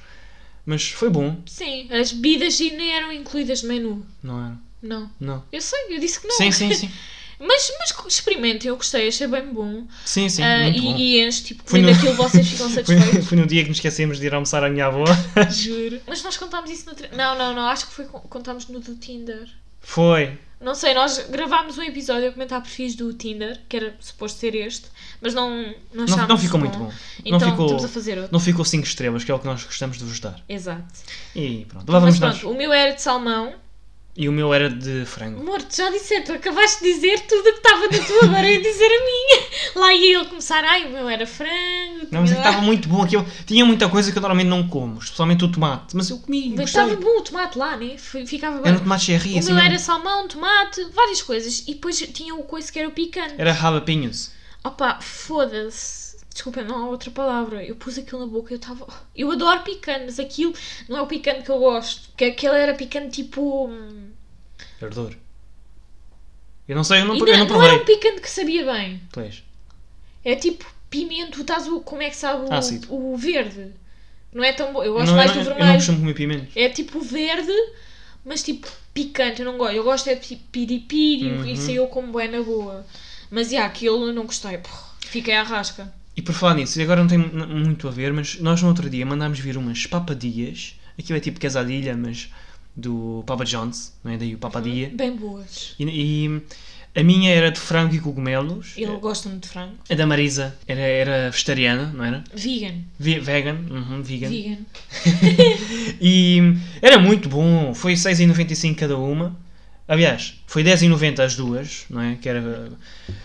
Speaker 1: mas foi bom,
Speaker 2: Sim, as bebidas ainda eram incluídas no menu.
Speaker 1: não era?
Speaker 2: Não.
Speaker 1: Não.
Speaker 2: Eu sei, eu disse que não.
Speaker 1: Sim, sim, sim.
Speaker 2: Mas, mas experimentem, eu gostei, achei bem bom.
Speaker 1: Sim, sim,
Speaker 2: Ah,
Speaker 1: muito
Speaker 2: e,
Speaker 1: bom.
Speaker 2: e enche, tipo,
Speaker 1: Foi
Speaker 2: comendo
Speaker 1: no-
Speaker 2: aquilo vocês ficam
Speaker 1: Foi,
Speaker 2: satisfeitos.
Speaker 1: foi no dia que nos esquecemos de ir almoçar à minha avó.
Speaker 2: Juro. Mas nós contámos isso no. tre- Não, não, não. Acho que foi con- contámos no do Tinder.
Speaker 1: Foi.
Speaker 2: Não sei, nós gravámos um episódio a comentar perfis do Tinder, que era suposto ser este, mas não Não,
Speaker 1: Não,
Speaker 2: achámos
Speaker 1: não ficou muito bom.
Speaker 2: Então
Speaker 1: não ficou
Speaker 2: estamos a fazer outro.
Speaker 1: não ficou 5 estrelas, que é o que nós gostamos de vos dar.
Speaker 2: Exato.
Speaker 1: E pronto, lá vamos
Speaker 2: Então, mas
Speaker 1: nós.
Speaker 2: pronto, o meu era de salmão.
Speaker 1: E o meu era de frango.
Speaker 2: Amor, tu já disseste, tu acabaste de dizer tudo o que estava na tua agora ia dizer a minha. Lá ia ele começar, ai, o meu era frango. o
Speaker 1: Não, mas é que
Speaker 2: teu era-
Speaker 1: estava muito bom aquilo. Tinha muita coisa que eu normalmente não como, especialmente o tomate. Mas eu comi,
Speaker 2: Mas
Speaker 1: gostei.
Speaker 2: estava bom o tomate lá, né? F- Ficava bem.
Speaker 1: Era um tomate cherry,
Speaker 2: O
Speaker 1: assim.
Speaker 2: meu
Speaker 1: mesmo.
Speaker 2: era salmão, tomate, várias coisas. E depois tinha o coice que era o picante.
Speaker 1: Era jalapenos.
Speaker 2: Opa, foda-se. Desculpa, não há outra palavra. Eu pus aquilo na boca, eu estava. Eu adoro picante, mas aquilo não é o picante que eu gosto. Que aquele era picante tipo. hum,
Speaker 1: Verdor. Eu não sei, eu não,
Speaker 2: ainda
Speaker 1: eu não
Speaker 2: não,
Speaker 1: provei.
Speaker 2: era um picante que sabia bem.
Speaker 1: Pois.
Speaker 2: É tipo pimento, estás o. Como é que sabe o,
Speaker 1: Ácido.
Speaker 2: o verde? Não é tão bom. Eu
Speaker 1: Eu
Speaker 2: gosto
Speaker 1: não,
Speaker 2: mais
Speaker 1: eu,
Speaker 2: do
Speaker 1: não- eu não
Speaker 2: vermelho.
Speaker 1: costumo comer pimentos.
Speaker 2: É tipo verde, mas tipo picante. Eu não gosto. Eu gosto é de tipo piripiri,
Speaker 1: Uhum.
Speaker 2: isso aí eu como é na boa. Mas yeah, aquilo eu não gostei. Pô, Fiquei à rasca.
Speaker 1: E por falar nisso, e agora não tem mu- muito a ver, mas nós no outro dia mandámos vir umas papadias. Aquilo é tipo quesadilha, mas do Papa John's, não é? Daí o papadia.
Speaker 2: Bem boas.
Speaker 1: E, e a minha era de frango e cogumelos.
Speaker 2: Ele gosta muito de frango.
Speaker 1: A da Marisa era, era vegetariana, não era?
Speaker 2: Vegan.
Speaker 1: Ve- vegan, uhum, vegan.
Speaker 2: Vegan.
Speaker 1: E era muito bom, foi 6,95 cada uma. Aliás, foi 10,90 as duas, não é? Que era,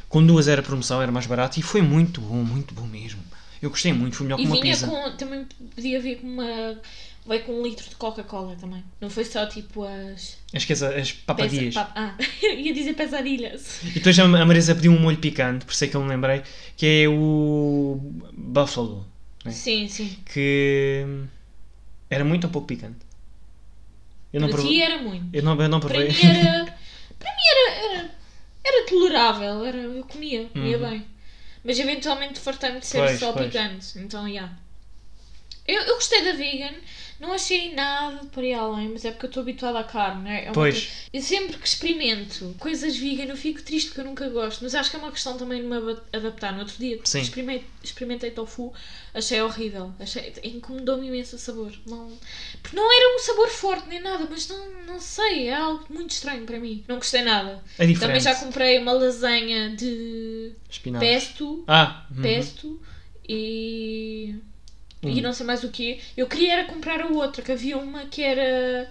Speaker 1: com duas era promoção, era mais barato e foi muito bom, muito bom mesmo. Eu gostei muito, foi melhor que
Speaker 2: E
Speaker 1: é uma
Speaker 2: vinha
Speaker 1: pizza.
Speaker 2: com. Também podia vir com uma. Veio com um litro de Coca-Cola também. Não foi só tipo as.
Speaker 1: Esqueça as papadias.
Speaker 2: pesa- pa- Ah, ia dizer pesadilhas.
Speaker 1: E depois a a Marisa pediu um molho picante, por isso é que eu me lembrei, que é o Buffalo, Bem.
Speaker 2: Sim, sim.
Speaker 1: que era muito ou pouco picante. Eu não
Speaker 2: Para
Speaker 1: provo-
Speaker 2: ti era muito.
Speaker 1: Eu não, eu não
Speaker 2: Para
Speaker 1: provei.
Speaker 2: mim era. Para mim era. Era, era tolerável. Era, eu comia, comia
Speaker 1: Uhum.
Speaker 2: bem. Mas eventualmente fartei-me de ser
Speaker 1: Pois,
Speaker 2: só
Speaker 1: pois.
Speaker 2: picante. Então, já. Eu, eu gostei da vegan. Não achei nada para ir além, mas é porque eu estou habituada à carne, né? É uma
Speaker 1: Pois.
Speaker 2: coisa- Eu sempre que experimento coisas vegan, eu fico triste porque eu nunca gosto. Mas acho que é uma questão também de me aba- adaptar. No outro dia
Speaker 1: Sim.
Speaker 2: experimentei, experimentei tofu, achei horrível. Achei, incomodou-me imenso o sabor. Não, porque não era um sabor forte nem nada, mas não, não sei, é algo muito estranho para mim. Não gostei nada.
Speaker 1: É
Speaker 2: Também
Speaker 1: diferente.
Speaker 2: já comprei uma lasanha de
Speaker 1: Espinafre.
Speaker 2: pesto,
Speaker 1: Ah, uhum.
Speaker 2: pesto e
Speaker 1: Hum.
Speaker 2: e não sei mais o que. Eu queria era comprar a outra, que havia uma que era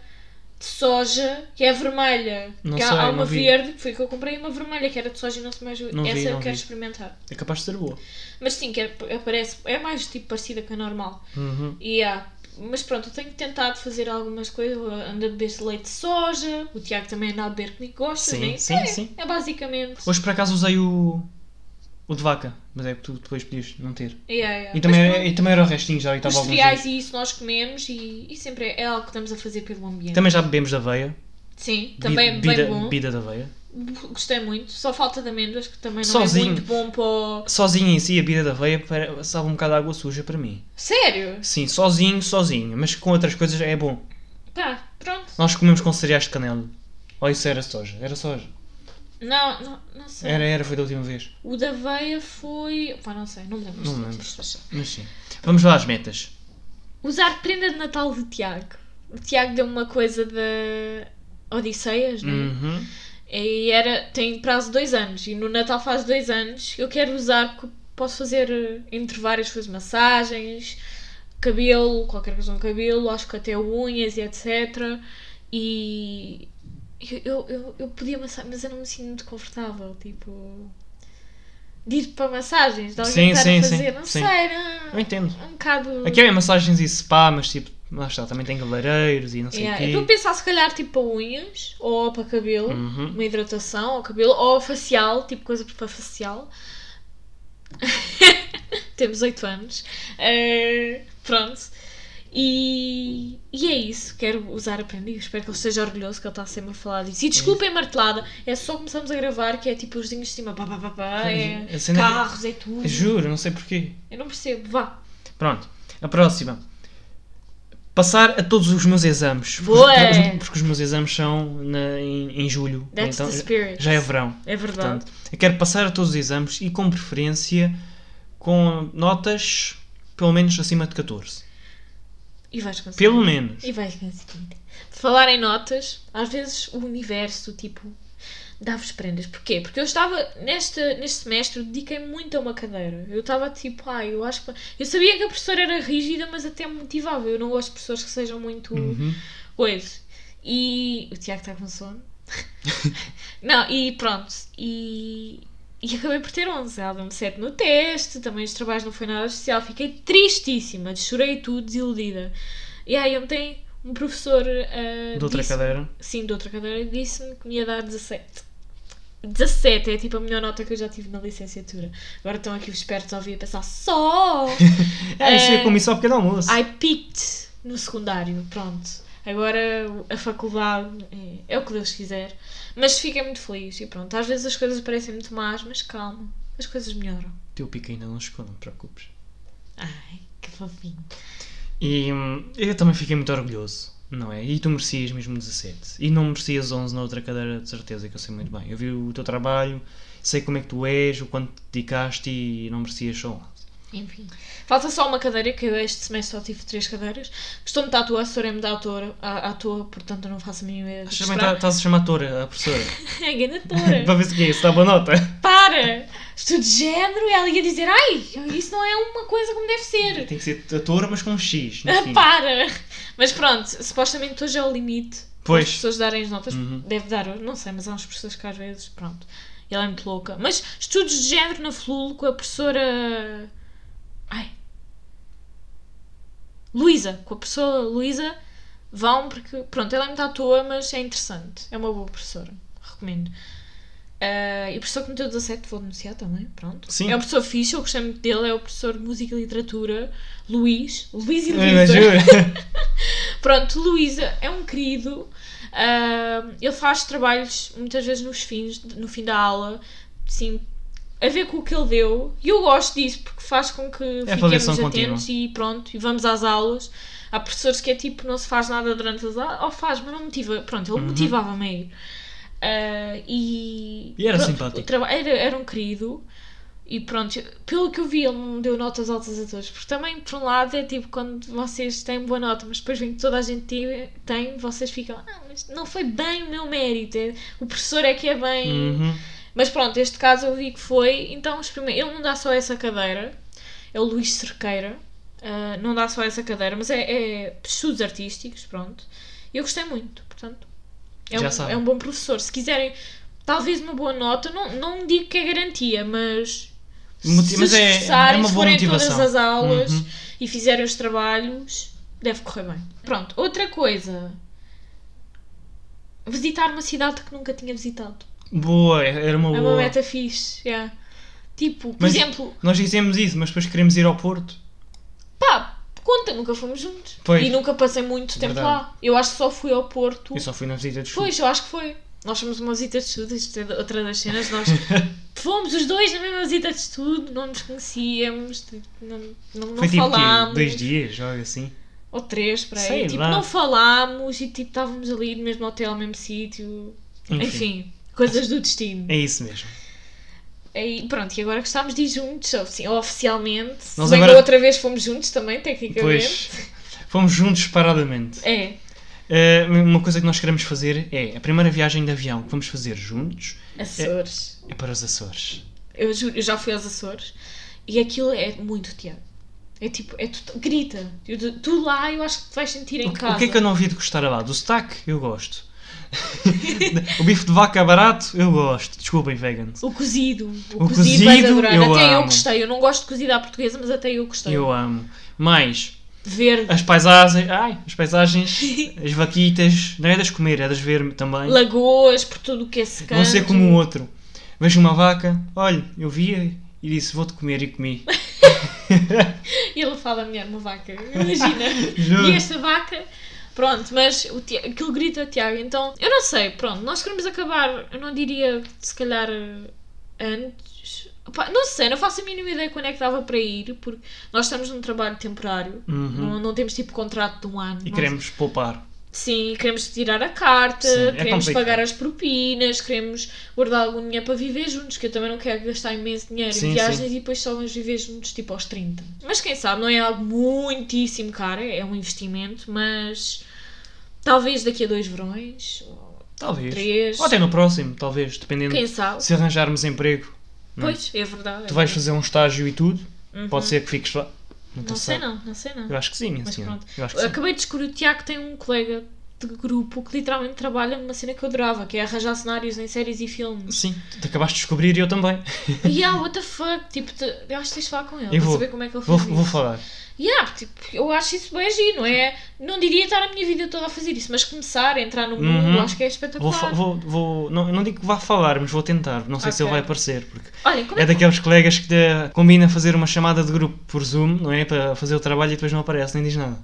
Speaker 2: de soja, que é vermelha.
Speaker 1: Não
Speaker 2: que há-
Speaker 1: sei,
Speaker 2: há
Speaker 1: não
Speaker 2: uma
Speaker 1: vi.
Speaker 2: verde, que foi que eu comprei, e uma vermelha que era de soja e não sei mais o que.
Speaker 1: Não vi,
Speaker 2: Essa eu
Speaker 1: não
Speaker 2: quero
Speaker 1: vi.
Speaker 2: experimentar.
Speaker 1: É capaz de ser boa.
Speaker 2: Mas sim, que é, aparece, é mais tipo parecida com a normal.
Speaker 1: Uhum.
Speaker 2: E há. Mas pronto, eu tenho tentado fazer algumas coisas. Eu Ando a beber leite de soja, o Tiago também anda a beber comigo, gosta,
Speaker 1: Sim,
Speaker 2: né?
Speaker 1: sim,
Speaker 2: é,
Speaker 1: sim.
Speaker 2: É basicamente.
Speaker 1: Hoje por acaso usei o. o de vaca, mas é que tu depois podias não ter.
Speaker 2: Yeah, yeah.
Speaker 1: E também,
Speaker 2: É, Mas
Speaker 1: era, e também era o restinho já, e estava
Speaker 2: pronto, os
Speaker 1: alguns
Speaker 2: cereais
Speaker 1: dias.
Speaker 2: e isso nós comemos e, e sempre é, é algo que estamos a fazer pelo ambiente.
Speaker 1: Também já bebemos da aveia.
Speaker 2: Sim, também é
Speaker 1: Bi-
Speaker 2: bem
Speaker 1: bebida,
Speaker 2: bom.
Speaker 1: bebida da aveia.
Speaker 2: Gostei muito. Só falta de amêndoas, que também não
Speaker 1: Sozinho.
Speaker 2: é muito bom para o...
Speaker 1: Sozinha em si, a bebida da aveia pare- sabe um bocado de água suja para mim.
Speaker 2: Sério?
Speaker 1: Sim, sozinho, sozinho, mas com outras coisas é bom.
Speaker 2: Tá, pronto.
Speaker 1: Nós comemos com cereais de canela. Ou isso era soja? Era soja.
Speaker 2: Não, não, não sei.
Speaker 1: Era, era, foi da última vez.
Speaker 2: O da veia foi... Pá, não sei, não me lembro.
Speaker 1: Não
Speaker 2: Isto-
Speaker 1: me lembro.
Speaker 2: isto- isto-
Speaker 1: Mas sim. Vamos lá às metas.
Speaker 2: Usar prenda de Natal de Tiago. O Tiago deu uma coisa da... Odisseias, né?
Speaker 1: Uhum.
Speaker 2: E era, tem prazo de dois anos. E no Natal faz dois anos. Eu quero usar, porque posso fazer eh, entre várias coisas, massagens, cabelo, qualquer coisa no cabelo, acho que até unhas e etc. E eu, eu, eu, eu podia massar, mas eu não me sinto muito confortável. Tipo, de ir para massagens, de alguém
Speaker 1: Sim,
Speaker 2: estar
Speaker 1: sim,
Speaker 2: a
Speaker 1: sim,
Speaker 2: fazer, não
Speaker 1: sim.
Speaker 2: sei, era
Speaker 1: Eu entendo.
Speaker 2: um bocado.
Speaker 1: Aqui é massagens e spa, mas tipo, lá está, também tem cabeleireiros e não sei o
Speaker 2: Yeah,
Speaker 1: quê.
Speaker 2: eu estou a pensar se calhar tipo para unhas ou para cabelo,
Speaker 1: Uhum.
Speaker 2: uma hidratação ao cabelo, ou facial, tipo coisa para facial. Temos 8 anos. Eh, pronto. E, e é isso. Quero usar aprendiz. Espero que ele esteja orgulhoso que ele está sempre a falar disso. E desculpem a martelada, é só começamos a gravar que é tipo os dinhos de cima. Pá, pá, pá, pá, é
Speaker 1: A cena-
Speaker 2: carros, é tudo.
Speaker 1: Juro, não sei porquê.
Speaker 2: Eu não percebo. Vá.
Speaker 1: Pronto, a próxima. Passar a todos os meus exames. Porque,
Speaker 2: Boa!
Speaker 1: os- porque os meus exames são na- em, em julho.
Speaker 2: That's the spirit.
Speaker 1: já é verão.
Speaker 2: É verdade.
Speaker 1: Portanto, eu quero passar a todos os exames e com preferência com notas pelo menos acima de 14.
Speaker 2: E vais conseguir.
Speaker 1: Pelo menos.
Speaker 2: E vais conseguir. De falar em notas, às vezes o universo, tipo, dá-vos prendas. Porquê? Porque eu estava, neste, neste semestre, dediquei muito a uma cadeira. Eu estava tipo, ai, eu acho que. Eu sabia que a professora era rígida, mas até me motivava. Eu não gosto de pessoas que sejam muito.
Speaker 1: Uhum.
Speaker 2: Pois. E o Tiago está com sono. não, e pronto. E, e acabei por ter 11. Ela deu-me 7 no teste, também os trabalhos não foi nada especial. Fiquei tristíssima, chorei tudo, desiludida. E aí ontem um professor... ah,
Speaker 1: De outra
Speaker 2: disse-
Speaker 1: cadeira.
Speaker 2: Sim, de outra cadeira. Disse-me que me ia dar 17. 17 é tipo a melhor nota que eu já tive na licenciatura. Agora estão aqui os espertos a ouvir e pensar só...
Speaker 1: É, isso é
Speaker 2: Eh,
Speaker 1: como isso ao pequeno almoço.
Speaker 2: I picked no secundário, pronto. Agora a faculdade é, é o que Deus quiser. Mas fiquei muito feliz e pronto. Às vezes as coisas parecem muito más, mas calma, as coisas melhoram.
Speaker 1: O teu pico ainda não chegou, não te preocupes.
Speaker 2: Ai, que fofinho.
Speaker 1: E hum, eu também fiquei muito orgulhoso, não é? E tu merecias mesmo 17. E não merecias 11 na outra cadeira, de certeza, que eu sei muito bem. Eu vi o teu trabalho, sei como é que tu és, o quanto te dedicaste e não merecias só 11.
Speaker 2: Enfim. Falta só uma cadeira, que eu este semestre só tive três cadeiras. Costumo estar à toa, a senhora me dá à toa, à, à toa, portanto eu não faço a mínima ideia do que
Speaker 1: Achas bem, tá-
Speaker 2: esperar.
Speaker 1: estás a chamar a tora, a professora,
Speaker 2: É ganadora.
Speaker 1: para ver se que é, se dá boa nota.
Speaker 2: Para! Estudo de género e ela ia dizer, ai, isso não é uma coisa como deve ser.
Speaker 1: Tem que ser a tora, mas com um X, no
Speaker 2: Ah,
Speaker 1: fim.
Speaker 2: para! Mas pronto, supostamente hoje é o limite
Speaker 1: Pois.
Speaker 2: para as pessoas darem as notas.
Speaker 1: Uhum.
Speaker 2: Deve dar, eu não sei, mas há umas pessoas que às vezes, pronto. E Ela é muito louca. Mas estudos de género na FLUL com a professora. Ai. Luísa. Com a professora Luísa vão porque. Pronto, ela é muito à toa, mas é interessante. É uma boa professora. Recomendo. Ah, e o professor que meteu 17, vou denunciar também, pronto.
Speaker 1: Sim.
Speaker 2: É o professor fixe, eu gostei muito dele, é o professor de Música e Literatura, Luís. Luís e
Speaker 1: Mas
Speaker 2: Luísa.
Speaker 1: juro.
Speaker 2: Pronto, Luísa é um querido. ahm, ele faz trabalhos muitas vezes nos fins, no fim da aula, sim, a ver com o que ele deu. E eu gosto disso porque faz com que fiquemos
Speaker 1: É avaliação
Speaker 2: atentos
Speaker 1: contínua.
Speaker 2: e pronto, e vamos às aulas. Há professores que é tipo, não se faz nada durante as aulas, ou faz, mas não motiva. Pronto, ele
Speaker 1: Uhum.
Speaker 2: motivava-me a ir. Ah, e,
Speaker 1: E era
Speaker 2: pronto,
Speaker 1: simpático.
Speaker 2: o traba- Era, era um querido. E pronto, pelo que eu vi, ele não deu notas altas a todos. Porque também, por um lado, é tipo quando vocês têm boa nota, mas depois vem que toda a gente tem- tem, vocês ficam, ah, mas não foi bem o meu mérito. é- O professor é que é bem.
Speaker 1: Uhum.
Speaker 2: Mas pronto, este caso eu vi que foi. Então, os prime- ele não dá só essa cadeira, é o Luís Cerqueira. ah, não dá só essa cadeira, mas é, é estudos artísticos, pronto. E eu gostei muito, portanto. É,
Speaker 1: Já
Speaker 2: um,
Speaker 1: sabem.
Speaker 2: é um bom professor. Se quiserem, talvez uma boa nota, não, não digo que é garantia, mas.
Speaker 1: Moti-
Speaker 2: se
Speaker 1: mas é-
Speaker 2: esforçarem,
Speaker 1: é uma
Speaker 2: se
Speaker 1: boa
Speaker 2: forem
Speaker 1: motivação.
Speaker 2: todas as aulas
Speaker 1: Uhum.
Speaker 2: e fizerem os trabalhos, deve correr bem. Pronto, outra coisa. Visitar uma cidade que nunca tinha visitado.
Speaker 1: Boa, era uma
Speaker 2: É uma
Speaker 1: boa.
Speaker 2: meta fixe, yeah. Tipo, por
Speaker 1: Mas-
Speaker 2: exemplo,
Speaker 1: Nós dizemos isso, mas depois queremos ir ao Porto.
Speaker 2: pá, conta, nunca fomos juntos.
Speaker 1: Pois. É
Speaker 2: E nunca passei muito tempo
Speaker 1: Verdade.
Speaker 2: lá. Eu acho que só fui ao Porto.
Speaker 1: Eu só fui na visita de chuva.
Speaker 2: Pois, eu acho que foi. Nós fomos uma visita de estudo, isto é outra das cenas, nós fomos os dois na mesma visita de estudo, não nos conhecíamos, tipo, não, não, não
Speaker 1: Foi tipo quê?
Speaker 2: falámos.
Speaker 1: dois dias, joga assim.
Speaker 2: Ou três, para aí.
Speaker 1: Sei
Speaker 2: Tipo,
Speaker 1: lá.
Speaker 2: não falámos e tipo, estávamos ali no mesmo hotel, no mesmo sítio.
Speaker 1: Enfim.
Speaker 2: Enfim, coisas do destino.
Speaker 1: É isso mesmo.
Speaker 2: E pronto, e agora que estamos de ir juntos, ofici- oficialmente. Se
Speaker 1: Nós
Speaker 2: bem que
Speaker 1: agora-
Speaker 2: outra vez fomos juntos também, tecnicamente.
Speaker 1: Pois. Fomos juntos separadamente.
Speaker 2: É.
Speaker 1: Eh, uma coisa que nós queremos fazer é a primeira viagem de avião que vamos fazer juntos
Speaker 2: Açores.
Speaker 1: é para os Açores.
Speaker 2: Eu juro, eu já fui aos Açores e aquilo é muito teatro. É tipo, é tu, grita. Eu de- tu lá eu acho que te vais sentir em
Speaker 1: O, que-
Speaker 2: casa.
Speaker 1: o que é que eu não havia de gostar lá? Do sotaque, eu gosto. o bife de vaca barato, eu gosto. Desculpem, vegans.
Speaker 2: O cozido. O,
Speaker 1: O
Speaker 2: cozido, vais
Speaker 1: cozido,
Speaker 2: adorar.
Speaker 1: eu
Speaker 2: até eu
Speaker 1: amo.
Speaker 2: gostei. Eu não gosto de cozido à portuguesa, mas até eu gostei.
Speaker 1: Eu amo. Mais,
Speaker 2: Verde,
Speaker 1: as paisagens. Ai, as paisagens, as vaquitas. Não é das comer, é das ver também.
Speaker 2: lagoas, por tudo o que é secante.
Speaker 1: Não ser como o outro. Vejo uma vaca, olha, eu via e disse: Vou-te comer e comi.
Speaker 2: E ele fala melhor uma vaca. Imagina.
Speaker 1: Juro.
Speaker 2: e esta vaca. Pronto, mas o Ti- aquilo grita Tiago. Então, eu não sei. Pronto, nós queremos acabar. Eu não diria, se calhar, antes. Opa, não sei, não faço a mínima ideia quando é que dava para ir, porque nós estamos num trabalho temporário.
Speaker 1: Uhum.
Speaker 2: Não, não temos tipo contrato de um ano.
Speaker 1: E
Speaker 2: não
Speaker 1: queremos poupar.
Speaker 2: Sim, queremos tirar a carta,
Speaker 1: Sim, é
Speaker 2: queremos
Speaker 1: complicado.
Speaker 2: pagar as propinas, queremos guardar algum dinheiro para viver juntos, que eu também não quero gastar imenso dinheiro em
Speaker 1: Sim,
Speaker 2: viagens e depois só vamos viver juntos tipo aos 30. Mas quem sabe, não é algo muitíssimo caro, é um investimento, mas talvez daqui a dois verões, ou
Speaker 1: Talvez.
Speaker 2: Três.
Speaker 1: Ou até no próximo, talvez, dependendo.
Speaker 2: quem sabe.
Speaker 1: Se arranjarmos emprego, Não.
Speaker 2: Pois, é verdade.
Speaker 1: tu
Speaker 2: é
Speaker 1: vais
Speaker 2: verdade.
Speaker 1: fazer um estágio e tudo.
Speaker 2: Uhum.
Speaker 1: Pode ser que fiques lá.
Speaker 2: Não sei não, não sei não.
Speaker 1: Eu acho que sim,
Speaker 2: Mas
Speaker 1: assim.
Speaker 2: pronto.
Speaker 1: Eu acho que sim.
Speaker 2: Acabei de descobrir o Tiago tem um colega de grupo que literalmente trabalha numa cena que eu adorava, que é arranjar cenários em séries e filmes.
Speaker 1: Sim, tu acabaste de descobrir e eu também.
Speaker 2: Yeah, ah, what the fuck? Tipo, te- eu acho que tens de falar com ele
Speaker 1: Eu
Speaker 2: para
Speaker 1: vou.
Speaker 2: saber como é que ele
Speaker 1: Vou,
Speaker 2: fez
Speaker 1: vou
Speaker 2: isso.
Speaker 1: falar.
Speaker 2: Yeah, porque, tipo, eu acho isso bem giro, não é? Não diria estar a minha vida toda a fazer isso, mas começar a entrar no mundo,
Speaker 1: Uhum.
Speaker 2: acho que é
Speaker 1: Vou,
Speaker 2: espetacular.
Speaker 1: fa- vou, vou, não, não digo que vá falar, mas vou tentar. Não sei se ele
Speaker 2: Ok.
Speaker 1: vai aparecer, porque
Speaker 2: Olha, como
Speaker 1: é
Speaker 2: é que...
Speaker 1: daqueles colegas que eh, combina fazer uma chamada de grupo por Zoom, não é? Para fazer o trabalho e depois não aparece, nem diz nada.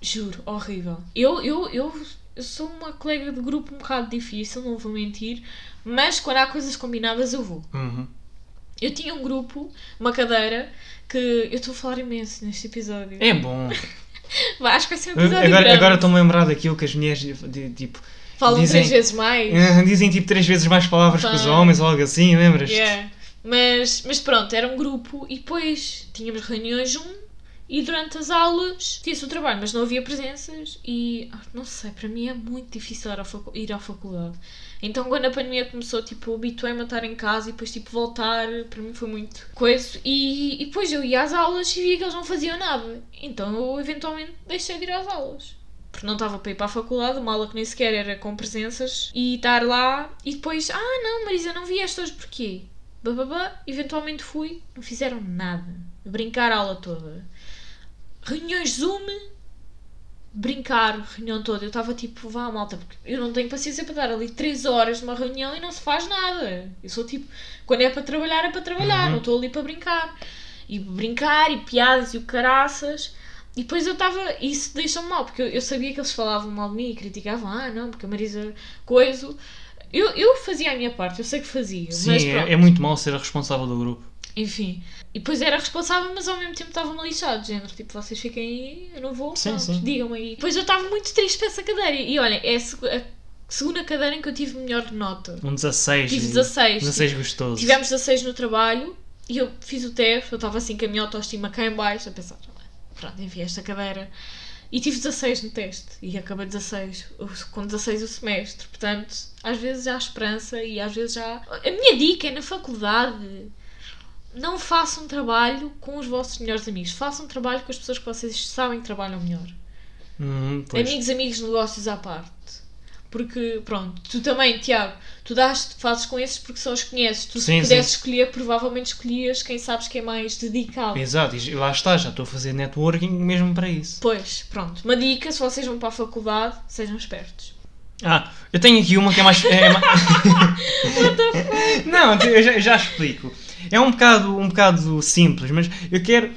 Speaker 2: Juro, horrível. Eu, eu, eu, eu sou uma colega de grupo um bocado difícil, não vou mentir, mas quando há coisas combinadas eu vou.
Speaker 1: Uhum.
Speaker 2: Eu tinha um grupo, uma cadeira, que eu estou a falar imenso neste episódio.
Speaker 1: É bom.
Speaker 2: Vai, Acho que vai ser um
Speaker 1: Eu-
Speaker 2: episódio
Speaker 1: agora
Speaker 2: grande.
Speaker 1: agora estou-me a lembrar daquilo que as mulheres de- tipo,
Speaker 2: Falam
Speaker 1: dizem-
Speaker 2: três vezes mais.
Speaker 1: eh, dizem tipo três vezes mais palavras que os
Speaker 2: Pá.
Speaker 1: homens ou algo assim, lembras?
Speaker 2: Yeah. Mas, mas pronto, era um grupo e depois tínhamos reuniões um e durante as aulas tinha-se o trabalho, mas não havia presenças e ah, não sei, para mim é muito difícil ir à, facu- ir à faculdade. Então quando a pandemia começou, tipo, habituei-me a estar em casa e depois tipo voltar, para mim foi muito coisa. E, e depois eu ia às aulas e via que eles não faziam nada. Então eu eventualmente deixei de ir às aulas. Porque não estava para ir para a faculdade, uma aula que nem sequer era com presenças, e estar lá e depois, ah não, Marisa, não vieste hoje porquê? Bababá, eventualmente fui, não fizeram nada. Brincar a aula toda. Reuniões Zoom, brincar, reunião toda. Eu estava tipo, vá malta, porque eu não tenho paciência para dar ali 3 horas numa reunião e não se faz nada. Eu sou tipo, quando é para trabalhar, é para trabalhar,
Speaker 1: Uhum.
Speaker 2: não estou ali para brincar. E brincar, e piadas, e o caraças. E depois eu estava, isso deixou-me mal, porque eu, eu sabia que eles falavam mal de mim e criticavam, ah não, porque a Marisa, coisa. Eu, eu fazia a minha parte, eu sei que fazia,
Speaker 1: Sim,
Speaker 2: mas pronto.
Speaker 1: é, é muito mal ser a responsável do grupo.
Speaker 2: Enfim. E depois era responsável, mas ao mesmo tempo estava-me lixado. Género, tipo, vocês fiquem aí, eu não vou,
Speaker 1: Sim,
Speaker 2: pronto,
Speaker 1: sim.
Speaker 2: digam-me aí. Depois eu estava muito triste para essa cadeira. E olha, é a, seg- a segunda cadeira em que eu tive melhor nota.
Speaker 1: Um 16.
Speaker 2: Tive
Speaker 1: e-
Speaker 2: 16.
Speaker 1: 16 gostoso.
Speaker 2: Tipo Tivemos 16 no trabalho e eu fiz o teste, eu estava assim com a minha autoestima cá em baixo, a pensar, pronto, enfim, esta cadeira. E tive 16 no teste e acabei 16, o- com 16 o semestre. Portanto, às vezes há esperança e às vezes há. A minha dica é na faculdade. Não façam trabalho com os vossos melhores amigos. Façam trabalho com as pessoas que vocês sabem que trabalham melhor.
Speaker 1: Uhum, pois.
Speaker 2: Amigos, amigos, negócios à parte. Porque, pronto, tu também, Tiago, tu dás, fazes com esses porque são os que conheces. Tu,
Speaker 1: Sim,
Speaker 2: se pudesses escolher, provavelmente escolhias quem sabes que é mais dedicado.
Speaker 1: Exato, e lá está, já estou a fazer networking mesmo para isso.
Speaker 2: Pois, pronto. Uma dica: se vocês vão para a faculdade, sejam espertos.
Speaker 1: Ah, eu tenho aqui uma que é mais. É ma- Não, eu já, eu já explico. É um bocado, um bocado simples, mas eu quero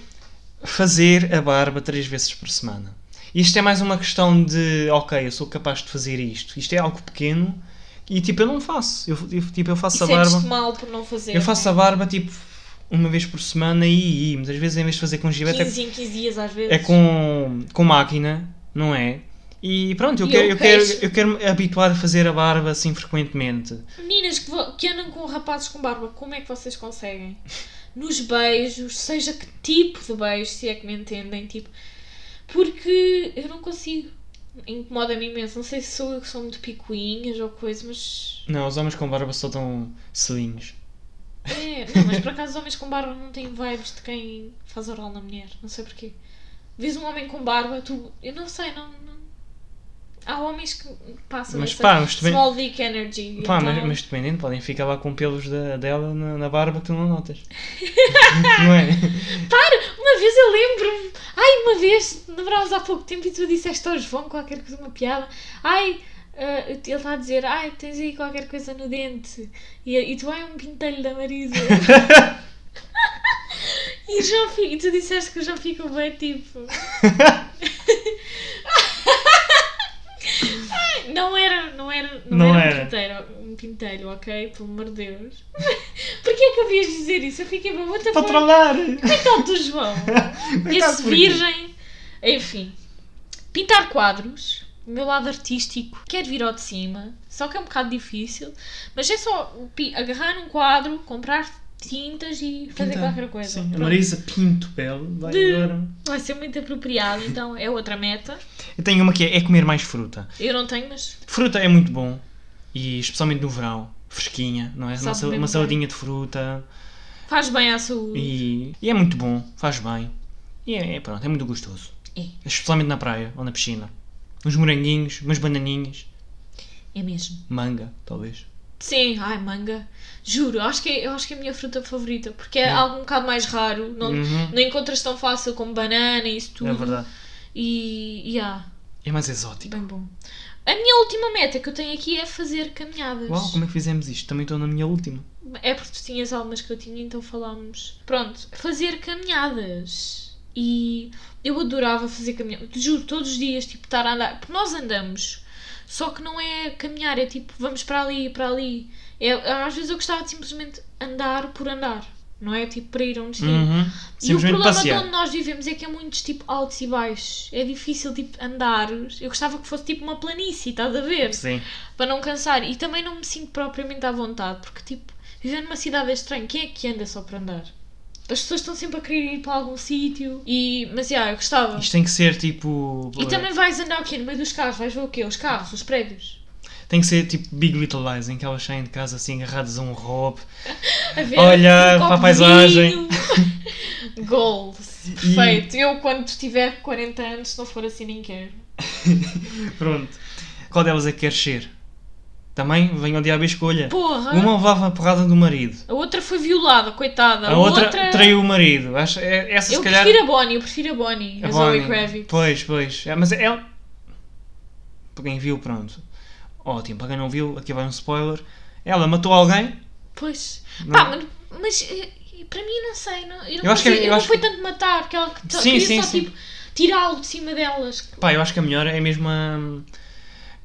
Speaker 1: fazer a barba três vezes por semana. Isto é mais uma questão de, ok, eu sou capaz de fazer isto. Isto é algo pequeno e tipo, eu não faço. Eu, eu- tipo, eu
Speaker 2: E
Speaker 1: faço a barba.
Speaker 2: sentes-te mal por não fazer. né?
Speaker 1: Eu faço
Speaker 2: não
Speaker 1: a barba tipo uma vez por semana e, e muitas vezes em vez de fazer com
Speaker 2: é?
Speaker 1: gilete é-
Speaker 2: 15 em 15 dias, às vezes.
Speaker 1: é com, com máquina, não é? E pronto, eu
Speaker 2: E é
Speaker 1: quero,
Speaker 2: um eu
Speaker 1: eu, quero,
Speaker 2: queixo.
Speaker 1: eu quero me habituar a fazer a barba assim frequentemente.
Speaker 2: Meninas que, vo- que andam com rapazes com barba, como é que vocês conseguem? Nos beijos, seja que tipo de beijo, se é que me entendem, tipo. Porque eu não consigo. Incomoda-me imenso. Não sei se sou eu que sou muito picuinhas ou coisa, mas.
Speaker 1: Não, os homens com barba só dão selinhos.
Speaker 2: É, não, mas por acaso os homens com barba não têm vibes de quem faz oral na mulher. Não sei porquê. Vês um homem com barba, tu. Eu não sei, não. não- Há homens que passam
Speaker 1: Mas
Speaker 2: essa
Speaker 1: pá, mas também-
Speaker 2: small dick energy.
Speaker 1: Pá,
Speaker 2: então-
Speaker 1: mas, mas dependendo, podem ficar lá com pelos da- dela na, na barba que tu não notas. não é?
Speaker 2: Uma vez eu lembro-me, ai, uma vez, lembrámos há pouco tempo e tu disseste ao João qualquer coisa, uma piada, ai, ah, ele está a dizer, ai, tens aí qualquer coisa no dente, e, e tu, ai, um pintelho da Marisa. e, o João, fi- e tu disseste que o João ficou bem tipo. Ai, Não era, não era, não,
Speaker 1: Não era.
Speaker 2: era, Um, pinteiro, um pintelho, ok? Pelo amor de Deus. Porquê é que havias de dizer isso? Eu fiquei bem, what the
Speaker 1: Para
Speaker 2: fuck?
Speaker 1: trollar!
Speaker 2: Coitado do João.
Speaker 1: Coitado
Speaker 2: Esse
Speaker 1: por ti.
Speaker 2: virgem. Enfim. Pintar quadros. O meu lado artístico quer vir ao de cima. Só que é um bocado difícil. Mas é só pi- agarrar um quadro, comprar tintas e fazer
Speaker 1: Pintar.
Speaker 2: qualquer coisa.
Speaker 1: Sim, a
Speaker 2: Pronto.
Speaker 1: Marisa Pinto Belo vai
Speaker 2: De-
Speaker 1: agora.
Speaker 2: Vai ser muito apropriado, então é outra meta.
Speaker 1: Eu tenho uma que é, é comer mais fruta.
Speaker 2: Eu não tenho, mas
Speaker 1: Fruta é muito bom e especialmente no verão, fresquinha, não é? Uma,
Speaker 2: Sabe
Speaker 1: sal-
Speaker 2: mesmo
Speaker 1: uma
Speaker 2: bem.
Speaker 1: saladinha de fruta
Speaker 2: faz bem à saúde.
Speaker 1: e, e é muito bom, faz bem. E é, é pronto, é muito gostoso.
Speaker 2: É.
Speaker 1: Especialmente na praia ou na piscina. Uns moranguinhos, umas bananinhas,
Speaker 2: É mesmo.
Speaker 1: manga, talvez.
Speaker 2: Sim, ai, manga. Juro, acho que, é- eu acho que é a minha fruta favorita. Porque é
Speaker 1: É.
Speaker 2: algo um bocado mais raro. Não,
Speaker 1: Uhum.
Speaker 2: não encontras tão fácil como banana e isso tudo.
Speaker 1: É verdade.
Speaker 2: E, e há,
Speaker 1: É mais exótico.
Speaker 2: bem bom. A minha última meta que eu tenho aqui é fazer caminhadas.
Speaker 1: Uau, como é que fizemos isto? Também estou na minha última.
Speaker 2: É porque tu tinhas algumas que eu tinha, então falámos. Pronto, fazer caminhadas. E eu adorava fazer caminhadas. Juro, todos os dias, tipo, estar a andar. Porque nós andamos. Só que não é caminhar, é tipo, vamos para ali, para ali. É, às vezes eu gostava de simplesmente andar por andar. Não é tipo para ir a um destino.
Speaker 1: Uhum.
Speaker 2: E o
Speaker 1: Simplesmente
Speaker 2: problema de
Speaker 1: passear.
Speaker 2: onde nós vivemos é que é muitos tipo altos e baixos. É difícil tipo andar. Eu gostava que fosse tipo uma planície, estás a ver?
Speaker 1: Sim.
Speaker 2: Para não cansar. E também não me sinto propriamente à vontade, porque tipo, viver numa cidade é estranho. Quem é que anda só para andar? As pessoas estão sempre a querer ir para algum sítio. E... Mas já, eu gostava.
Speaker 1: Isto tem que ser tipo.
Speaker 2: E também vais andar o quê? No meio dos carros? Vais ver o quê? Os carros? Os prédios?
Speaker 1: Tem que ser tipo Big Little Lies, em que elas saem de casa assim agarradas a um rope.
Speaker 2: A ver, um
Speaker 1: Olha,
Speaker 2: copo
Speaker 1: para a
Speaker 2: de
Speaker 1: paisagem.
Speaker 2: vinho. Goals. Perfeito. Eu quando tiver 40 anos, se não for assim, nem quero.
Speaker 1: Pronto. Qual delas é que queres ser? Também venham de a escolha.
Speaker 2: Porra!
Speaker 1: Uma levava a porrada do marido.
Speaker 2: A outra foi violada, coitada.
Speaker 1: A, outra, traiu o marido. Acho, é- essa
Speaker 2: Eu
Speaker 1: se calhar.
Speaker 2: prefiro a Bonnie, eu prefiro a Bonnie. A, Zoe
Speaker 1: Bonnie.
Speaker 2: Kravitz.
Speaker 1: Pois, pois. É, mas ela. Para quem viu, pronto. Ótimo. Para quem não viu, aqui vai um spoiler. Ela matou alguém.
Speaker 2: Pois.
Speaker 1: Não. é?
Speaker 2: Pá, mas, mas, eh, para mim, não sei. Não, eu não,
Speaker 1: Eu acho que- é-
Speaker 2: consigo-
Speaker 1: eu
Speaker 2: não
Speaker 1: acho
Speaker 2: foi
Speaker 1: que-
Speaker 2: tanto matar, porque ela que- só-
Speaker 1: Sim,
Speaker 2: queria
Speaker 1: sim,
Speaker 2: só
Speaker 1: sim.
Speaker 2: tipo tirá-lo de cima delas.
Speaker 1: Pá, eu acho que a melhor é mesmo a.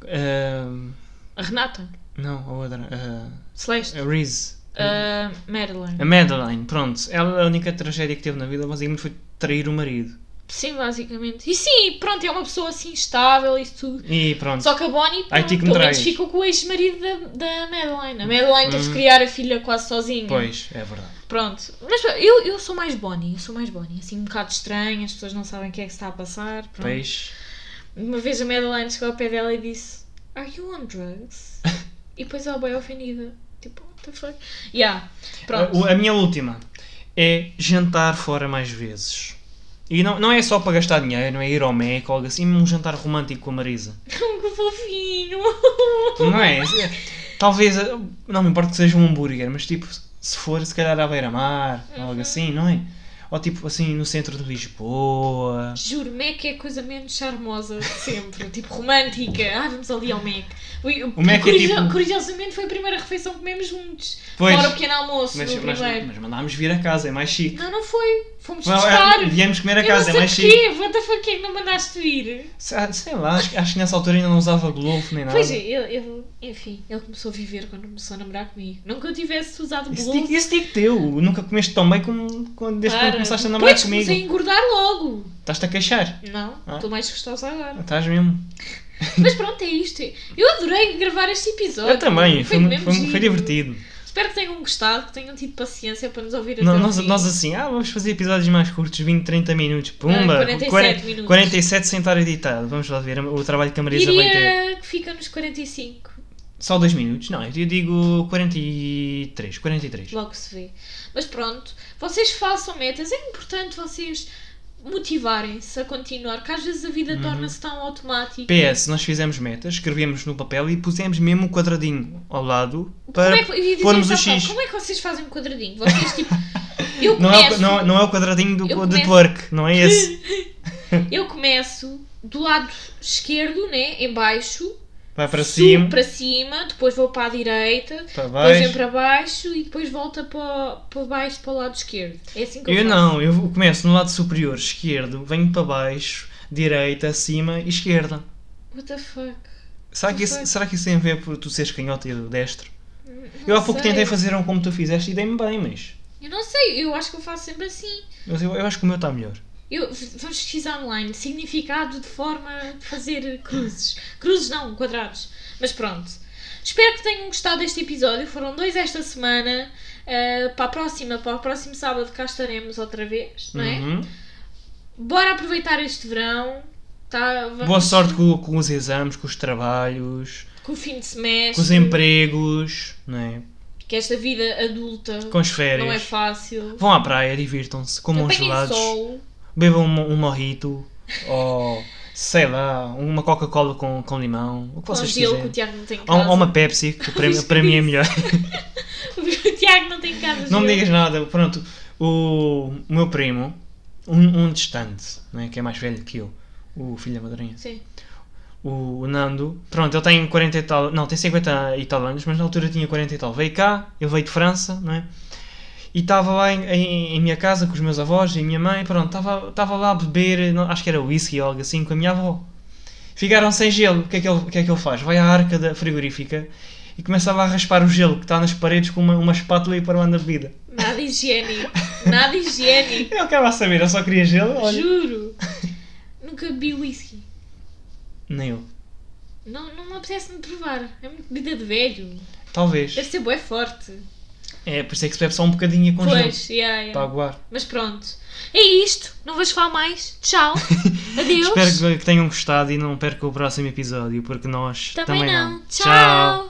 Speaker 1: a-
Speaker 2: A Renata,
Speaker 1: não, a outra. A,
Speaker 2: Celeste,
Speaker 1: a Reese.
Speaker 2: a
Speaker 1: A
Speaker 2: Madeline.
Speaker 1: Madeline, pronto. Ela é a única tragédia que teve na vida, basicamente, foi trair o marido.
Speaker 2: Sim, basicamente. E sim, pronto, é uma pessoa assim estável e isso tudo.
Speaker 1: E pronto.
Speaker 2: Só que a Bonnie,
Speaker 1: Ai,
Speaker 2: pronto,
Speaker 1: ti que me
Speaker 2: pelo menos
Speaker 1: trais.
Speaker 2: ficou com o ex-marido da, da Madeline. A Madeline teve
Speaker 1: Hum.
Speaker 2: que criar a filha quase sozinha.
Speaker 1: Pois, é verdade.
Speaker 2: Pronto, mas pá, eu, eu sou mais Bonnie, eu sou mais Bonnie, assim um bocado estranha, as pessoas não sabem o que é que se está a passar. pronto.
Speaker 1: Pois.
Speaker 2: Uma vez a Madeline chegou ao pé dela e disse: Are you on drugs? e depois ela bem ofendida, tipo, what the fuck? Yeah, pronto.
Speaker 1: A, a minha última é jantar fora mais vezes. E não, não é só para gastar dinheiro, não é ir ao Mac ou algo assim, um jantar romântico com a Marisa.
Speaker 2: Então, que fofinho!
Speaker 1: Não é? Talvez, eh, não me importa que seja um hambúrguer, mas tipo, se for, se calhar à beira-mar,
Speaker 2: Uhum.
Speaker 1: ou algo assim, não é? Ou tipo assim, no centro de Lisboa.
Speaker 2: Juro, Mac é a coisa menos charmosa de sempre, tipo romântica. Ah, vamos ali ao Mac. Ui,
Speaker 1: O Mac é
Speaker 2: curiosa-
Speaker 1: tipo-
Speaker 2: Curiosamente foi a primeira refeição que comemos juntos.
Speaker 1: Pois.
Speaker 2: Fora o pequeno almoço,
Speaker 1: Mas,
Speaker 2: no
Speaker 1: mas,
Speaker 2: primeiro.
Speaker 1: mas mandámos vir a casa, é mais chique.
Speaker 2: Não, não foi. Fomos
Speaker 1: Não, é-
Speaker 2: buscar.
Speaker 1: viemos comer a
Speaker 2: Eu não
Speaker 1: casa,
Speaker 2: sei
Speaker 1: é mais chique.
Speaker 2: porquê, what the fuck, que é que não mandaste vir?
Speaker 1: Sei sei lá, acho acho que nessa altura ainda não usava Glovo nem nada.
Speaker 2: Pois é, ele, ele, enfim, ele começou a viver quando começou a namorar comigo. Não que eu tivesse usado
Speaker 1: Esse
Speaker 2: bolo
Speaker 1: digo, esse digo teu, nunca comeste tão bem como quando, é desde quando começaste a namorar
Speaker 2: Ah, pois,
Speaker 1: comigo.
Speaker 2: comecei a engordar logo.
Speaker 1: Estás-te a queixar?
Speaker 2: Não,
Speaker 1: Ah.
Speaker 2: estou mais gostosa agora.
Speaker 1: Estás mesmo?
Speaker 2: Mas pronto, é isto. Eu adorei gravar este episódio.
Speaker 1: Eu também, foi, mu-
Speaker 2: mesmo
Speaker 1: foi, mu- foi
Speaker 2: giro.
Speaker 1: divertido.
Speaker 2: Espero que tenham gostado, que tenham tido paciência para nos ouvir até
Speaker 1: Não,
Speaker 2: ao
Speaker 1: nós,
Speaker 2: fim.
Speaker 1: nós assim, ah, vamos fazer episódios mais curtos, 20, 30 minutos,
Speaker 2: Ah,
Speaker 1: pumba,
Speaker 2: 47
Speaker 1: quarenta-
Speaker 2: minutos.
Speaker 1: 47 sem estar editado. Vamos lá ver o trabalho que a Marisa vai ter.
Speaker 2: Diria que fica nos 45.
Speaker 1: Só 2 minutos? Não, eu digo 43, 43.
Speaker 2: Logo se vê. Mas pronto, vocês façam metas. É importante vocês motivarem-se a continuar, que às vezes a
Speaker 1: Uhum.
Speaker 2: vida torna-se tão automática.
Speaker 1: PS, nós fizemos metas, escrevemos no papel e pusemos mesmo um quadradinho ao lado para
Speaker 2: como é que, eu ia dizer
Speaker 1: pormos
Speaker 2: já
Speaker 1: o
Speaker 2: só,
Speaker 1: X.
Speaker 2: Como é que vocês fazem um quadradinho? Vocês tipo. Eu
Speaker 1: Não é, o,
Speaker 2: começo,
Speaker 1: não, não é o quadradinho do,
Speaker 2: Eu
Speaker 1: do
Speaker 2: começo-
Speaker 1: twerk, não é esse.
Speaker 2: eu começo do lado esquerdo, né? Em baixo.
Speaker 1: Vai para
Speaker 2: subo
Speaker 1: cima,
Speaker 2: para cima, depois vou para a direita,
Speaker 1: para
Speaker 2: depois vem
Speaker 1: baixo.
Speaker 2: para baixo e depois volta para, para baixo, para o lado esquerdo. É assim que eu,
Speaker 1: Eu
Speaker 2: faço.
Speaker 1: não, eu começo no lado superior esquerdo, venho para baixo, direita, acima e esquerda.
Speaker 2: What the fuck?
Speaker 1: Será que, isso,
Speaker 2: Perfeito.
Speaker 1: será que isso tem a ver por tu seres canhoto e eu destro? eu há pouco
Speaker 2: sei.
Speaker 1: tentei fazer um como tu fizeste e dei-me bem, mas.
Speaker 2: Eu não sei, eu acho que eu faço sempre assim.
Speaker 1: mas eu, eu acho que o meu está melhor.
Speaker 2: Eu, v- vamos pesquisar online. Significado de forma de fazer cruzes. Cruzes não, quadrados. Mas pronto. Espero que tenham gostado deste episódio. Foram dois esta semana. Ah, para a próxima, para o próximo sábado, cá estaremos outra vez, não é?
Speaker 1: Uhum.
Speaker 2: Bora aproveitar este verão. Tá, vamos
Speaker 1: Boa sorte com, com os exames, com os trabalhos,
Speaker 2: Com o fim de semestre.
Speaker 1: com os empregos, não é?
Speaker 2: Que esta vida adulta
Speaker 1: com as
Speaker 2: não é
Speaker 1: férias.
Speaker 2: fácil.
Speaker 1: Vão à praia, divirtam-se, comam uns
Speaker 2: Apanhem
Speaker 1: gelados,
Speaker 2: sol.
Speaker 1: bebam um, um mojito ou sei lá, uma Coca-Cola com, com limão, o que
Speaker 2: Com
Speaker 1: vocês
Speaker 2: gelo que o
Speaker 1: quiserem.
Speaker 2: Tiago não tem em
Speaker 1: Ou,
Speaker 2: casa.
Speaker 1: ou um, uma Pepsi, que para, mim- para mim é melhor.
Speaker 2: O Tiago não tem em casa
Speaker 1: Não me
Speaker 2: gelo.
Speaker 1: digas nada, pronto. O meu primo, um, um distante, né, que é mais velho que eu, o filho da madrinha,
Speaker 2: Sim.
Speaker 1: o, o Nando, pronto, ele tem 40 e tal, não, tem 50 e tal anos, mas na altura tinha 40 e tal. Veio cá, ele veio de França, não é? E estava lá em, em- em minha casa com os meus avós e a minha mãe, pronto, estava estava lá a beber, não- acho que era whisky ou algo assim, com a minha avó. Ficaram sem gelo, o que é que ele, o que é que ele faz? Vai à arca da frigorífica e começava a raspar o gelo que está nas paredes com uma, uma espátula e para na bebida.
Speaker 2: Nada higiênico. Nada higiênico.
Speaker 1: Eu acaba a saber, eu só queria gelo, olha.
Speaker 2: Juro. Nunca bebi whisky.
Speaker 1: Nem eu.
Speaker 2: Não, não me apetece me provar. É muito bebida de velho.
Speaker 1: Talvez.
Speaker 2: Deve ser bué forte.
Speaker 1: É, por isso é que se bebe só um bocadinho com gelo.
Speaker 2: Pois, yeah, yeah.
Speaker 1: Para aguar.
Speaker 2: Mas pronto. É isto. Não vos falar mais. Tchau. Adeus.
Speaker 1: Espero que- que tenham gostado e não percam o próximo episódio, porque nós
Speaker 2: Também, não.
Speaker 1: Tchau.
Speaker 2: Tchau.